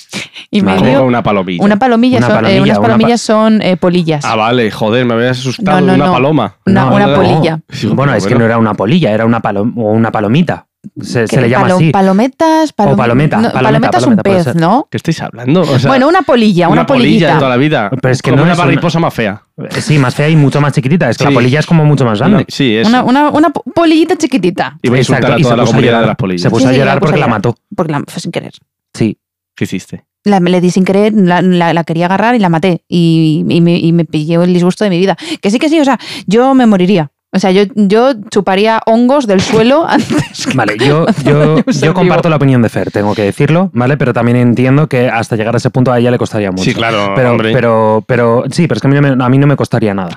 A: y me
B: Madre.
C: Ah, Como
A: dio...
C: una palomilla.
A: Una palomilla,
B: Una
A: son, eh,
B: palomilla,
A: unas
B: una pa-
A: palomillas son eh, polillas.
C: Ah, vale, joder, me habías asustado
A: No, no,
C: de una
A: no.
C: paloma.
A: Una-
B: No,
A: una
B: no, no.
A: polilla.
C: Digo,
B: Bueno,
C: pero
B: es que no era una polilla, era una, palo- o una palomita. Se, se
A: Que
B: le llama
A: palo-
B: así.
A: Palometas, palom-
B: O palometa,
A: no,
B: palometa,
A: palometa es un
B: palometa, puede
A: pez,
B: ser.
A: ¿no?
C: ¿Qué estáis hablando? O sea,
A: bueno, una polilla, una,
C: polilla de
A: polillita.
C: toda la vida.
B: Pero es que
C: Como
B: no
C: una
B: es una-
C: mariposa más fea.
B: Sí, más fea y mucho más chiquitita. Es que
C: Sí.
B: la polilla es como mucho más
C: Una-
B: grande.
C: sí, eso.
A: Una, una- una po- polillita chiquitita.
C: Iba a insultar
B: Exacto,
C: a
B: y
C: toda
B: se
C: la
B: puso a
C: comunidad
B: llorar.
C: de las polillas.
B: Se puso
A: Sí,
B: a
A: sí,
B: llorar
A: la puso
B: porque
A: a
B: la
A: llorar.
B: mató.
A: Porque la fue sin querer.
B: Sí.
C: ¿Qué hiciste?
A: La, le di sin querer, la, la- la quería agarrar y la maté. Y, y me, y me pillé el disgusto de mi vida. Que sí, que sí, o sea, yo me moriría. O sea, yo, yo chuparía hongos del suelo antes que-
B: Vale, yo, yo,
A: Ser
B: yo
A: vivo.
B: comparto la opinión de Fer, tengo que decirlo, ¿vale? Pero también entiendo que hasta llegar a ese punto a ella le costaría mucho.
C: Sí, claro,
B: Pero,
C: hombre.
B: pero, pero sí, pero es que a mí, no me- a mí no me costaría nada.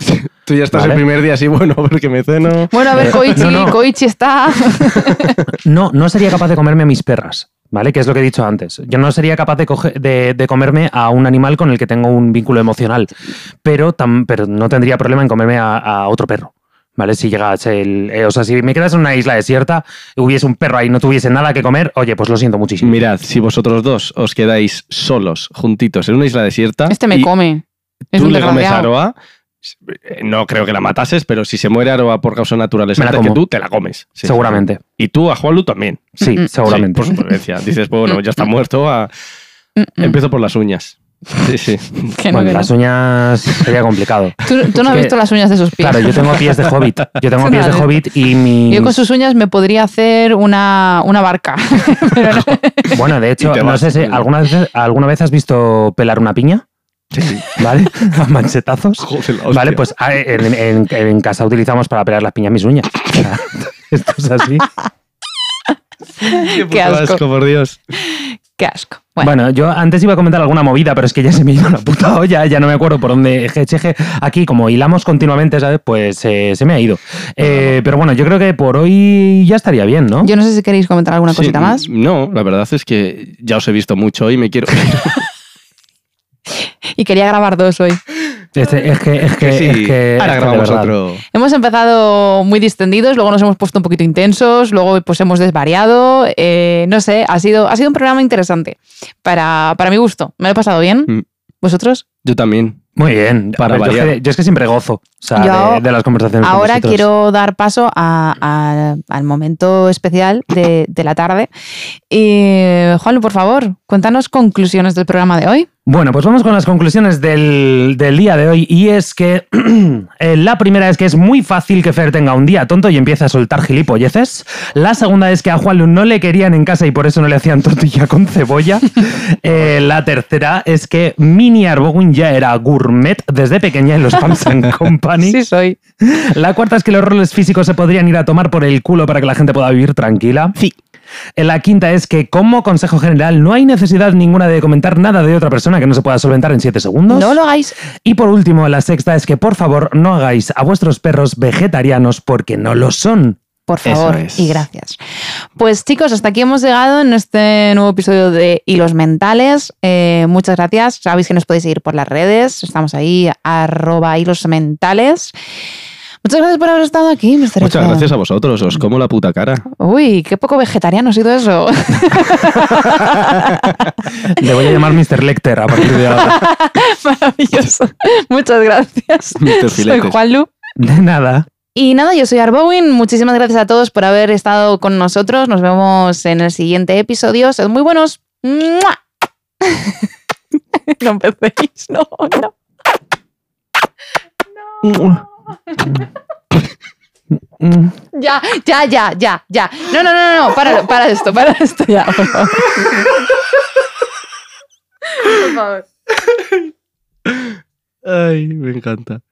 C: Tú ya estás
B: Vale.
C: el primer día así, bueno, porque me ceno.
A: Bueno, a ver, Koichi,
B: No, no.
A: Koichi está.
B: No, no sería capaz de comerme a mis perras, ¿vale? Que es lo que he dicho antes. Yo no sería capaz de, coge- de, de comerme a un animal con el que tengo un vínculo emocional, pero, tam- pero no tendría problema en comerme a, a otro perro. ¿Vale? Si llegase el. eh, o sea, si me quedas en una isla desierta, hubiese un perro ahí y no tuviese nada que comer, oye, pues lo siento muchísimo.
C: Mirad, si vosotros dos os quedáis solos, juntitos, en una isla desierta.
A: Este me
C: y
A: come. Es
C: Tú
A: un
C: le comes a
A: desgraciado.
C: Aroa. eh, No creo que la matases, pero si se muere Aroa por causas naturales
B: Me la
C: antes que
B: como.
C: tú, te la comes. Sí.
B: seguramente.
C: Y tú a Juanlu también.
B: Sí,
A: Mm, mm.
C: Sí,
B: seguramente.
C: por supervivencia. Dices, bueno, ya está muerto. a-
A: Mm, mm.
C: Empiezo por las uñas. Sí, sí.
A: Que no,
B: Bueno,
A: que no.
B: las uñas sería complicado.
A: Tú, tú no has
B: que-
A: visto las uñas de sus pies.
B: Claro, yo tengo pies de hobbit. Yo tengo
A: Eso
B: pies
A: no,
B: de
A: no.
B: hobbit y mi.
A: Yo con sus uñas me podría hacer una, una barca. Pero no-
B: Bueno, de hecho,
C: te
B: no
C: vas.
B: sé si alguna vez, alguna vez has visto pelar una piña.
C: Sí, sí.
B: ¿vale? A manchetazos.
C: Joder, la
B: Vale,
C: hostia.
B: pues a- en, en- en casa utilizamos para pelar las piñas mis uñas. O sea, Esto es así.
C: Qué
A: qué
C: puto
A: asco.
C: por Dios.
A: Qué asco. Bueno,
B: Bueno. yo antes iba a comentar alguna movida, pero es que ya se me iba la puta olla, ya no me acuerdo por dónde. Eje, cheje. Aquí, como hilamos continuamente, ¿sabes? Pues eh, se me ha ido. Eh, pero bueno, yo creo que por hoy ya estaría bien, ¿no?
A: yo no sé si queréis comentar alguna
C: Sí,
A: cosita más.
C: No, la verdad es que ya os he visto mucho y me quiero.
A: Y quería grabar dos hoy.
B: Este- es que, es que,
C: Sí,
B: es que- es que
C: ahora
B: de
C: grabamos
B: verdad.
C: otro.
A: Hemos empezado muy distendidos, luego nos hemos puesto un poquito intensos, luego pues hemos desvariado. eh, no sé, ha sido, ha sido un programa interesante para, para mi gusto. Me lo he pasado bien.
C: Mm.
A: ¿Vosotros?
C: Yo también.
B: Muy bien.
C: Para
B: A ver, yo, es que,
C: variar.
B: yo es que siempre gozo o sea,
A: Yo
B: de, de las conversaciones. con
A: Ahora
B: vosotros.
A: quiero dar paso a- a- al momento especial de, de la tarde. Y, Juanlu, por favor, cuéntanos conclusiones del programa de hoy.
B: Bueno, pues vamos con las conclusiones del, del día de hoy. Y es que eh, la primera es que es muy fácil que Fer tenga un día tonto y empiece a soltar gilipolleces. La segunda es que a Juanlu no le querían en casa y por eso no le hacían tortilla con cebolla. Eh, la tercera es que Mini Arbogin ya era gourmet desde pequeña en los Pumps and Company.
A: soy.
B: La cuarta es que los roles físicos se podrían ir a tomar por el culo para que la gente pueda vivir tranquila.
C: Sí.
B: La quinta es que, como consejo general, no hay necesidad ninguna de comentar nada de otra persona que no se pueda solventar en 7 segundos.
A: No lo hagáis.
B: Y por último, la sexta es que, por favor, no hagáis a vuestros perros vegetarianos porque no lo son.
A: Por
C: Eso
A: favor
C: es.
A: y gracias. Pues chicos, hasta aquí hemos llegado en este nuevo episodio de Hilos Mentales. Eh, muchas gracias. Sabéis que nos podéis seguir por las redes. Estamos ahí, arroba hilos mentales. Muchas gracias por haber estado aquí, Mr.
C: Muchas
A: Fran.
C: gracias a vosotros. Os como la puta cara.
A: Uy, qué poco vegetariano ha sido eso.
B: Le voy a llamar Mr. Lecter a partir de ahora.
A: Maravilloso. Muchas gracias.
C: Mr.
A: Soy
C: Filetes.
A: Juanlu.
B: De nada.
A: Y nada, yo soy Arbowin. Muchísimas gracias a todos por haber estado con nosotros. Nos vemos en el siguiente episodio. Sed muy buenos. ¡Mua! No empecéis, no, no. mm.
B: Mm.
A: Ya, ya, ya, ya, ya. No, no, no, no, no. Para, para esto, para esto ya, por favor. Por favor.
C: Ay, me encanta.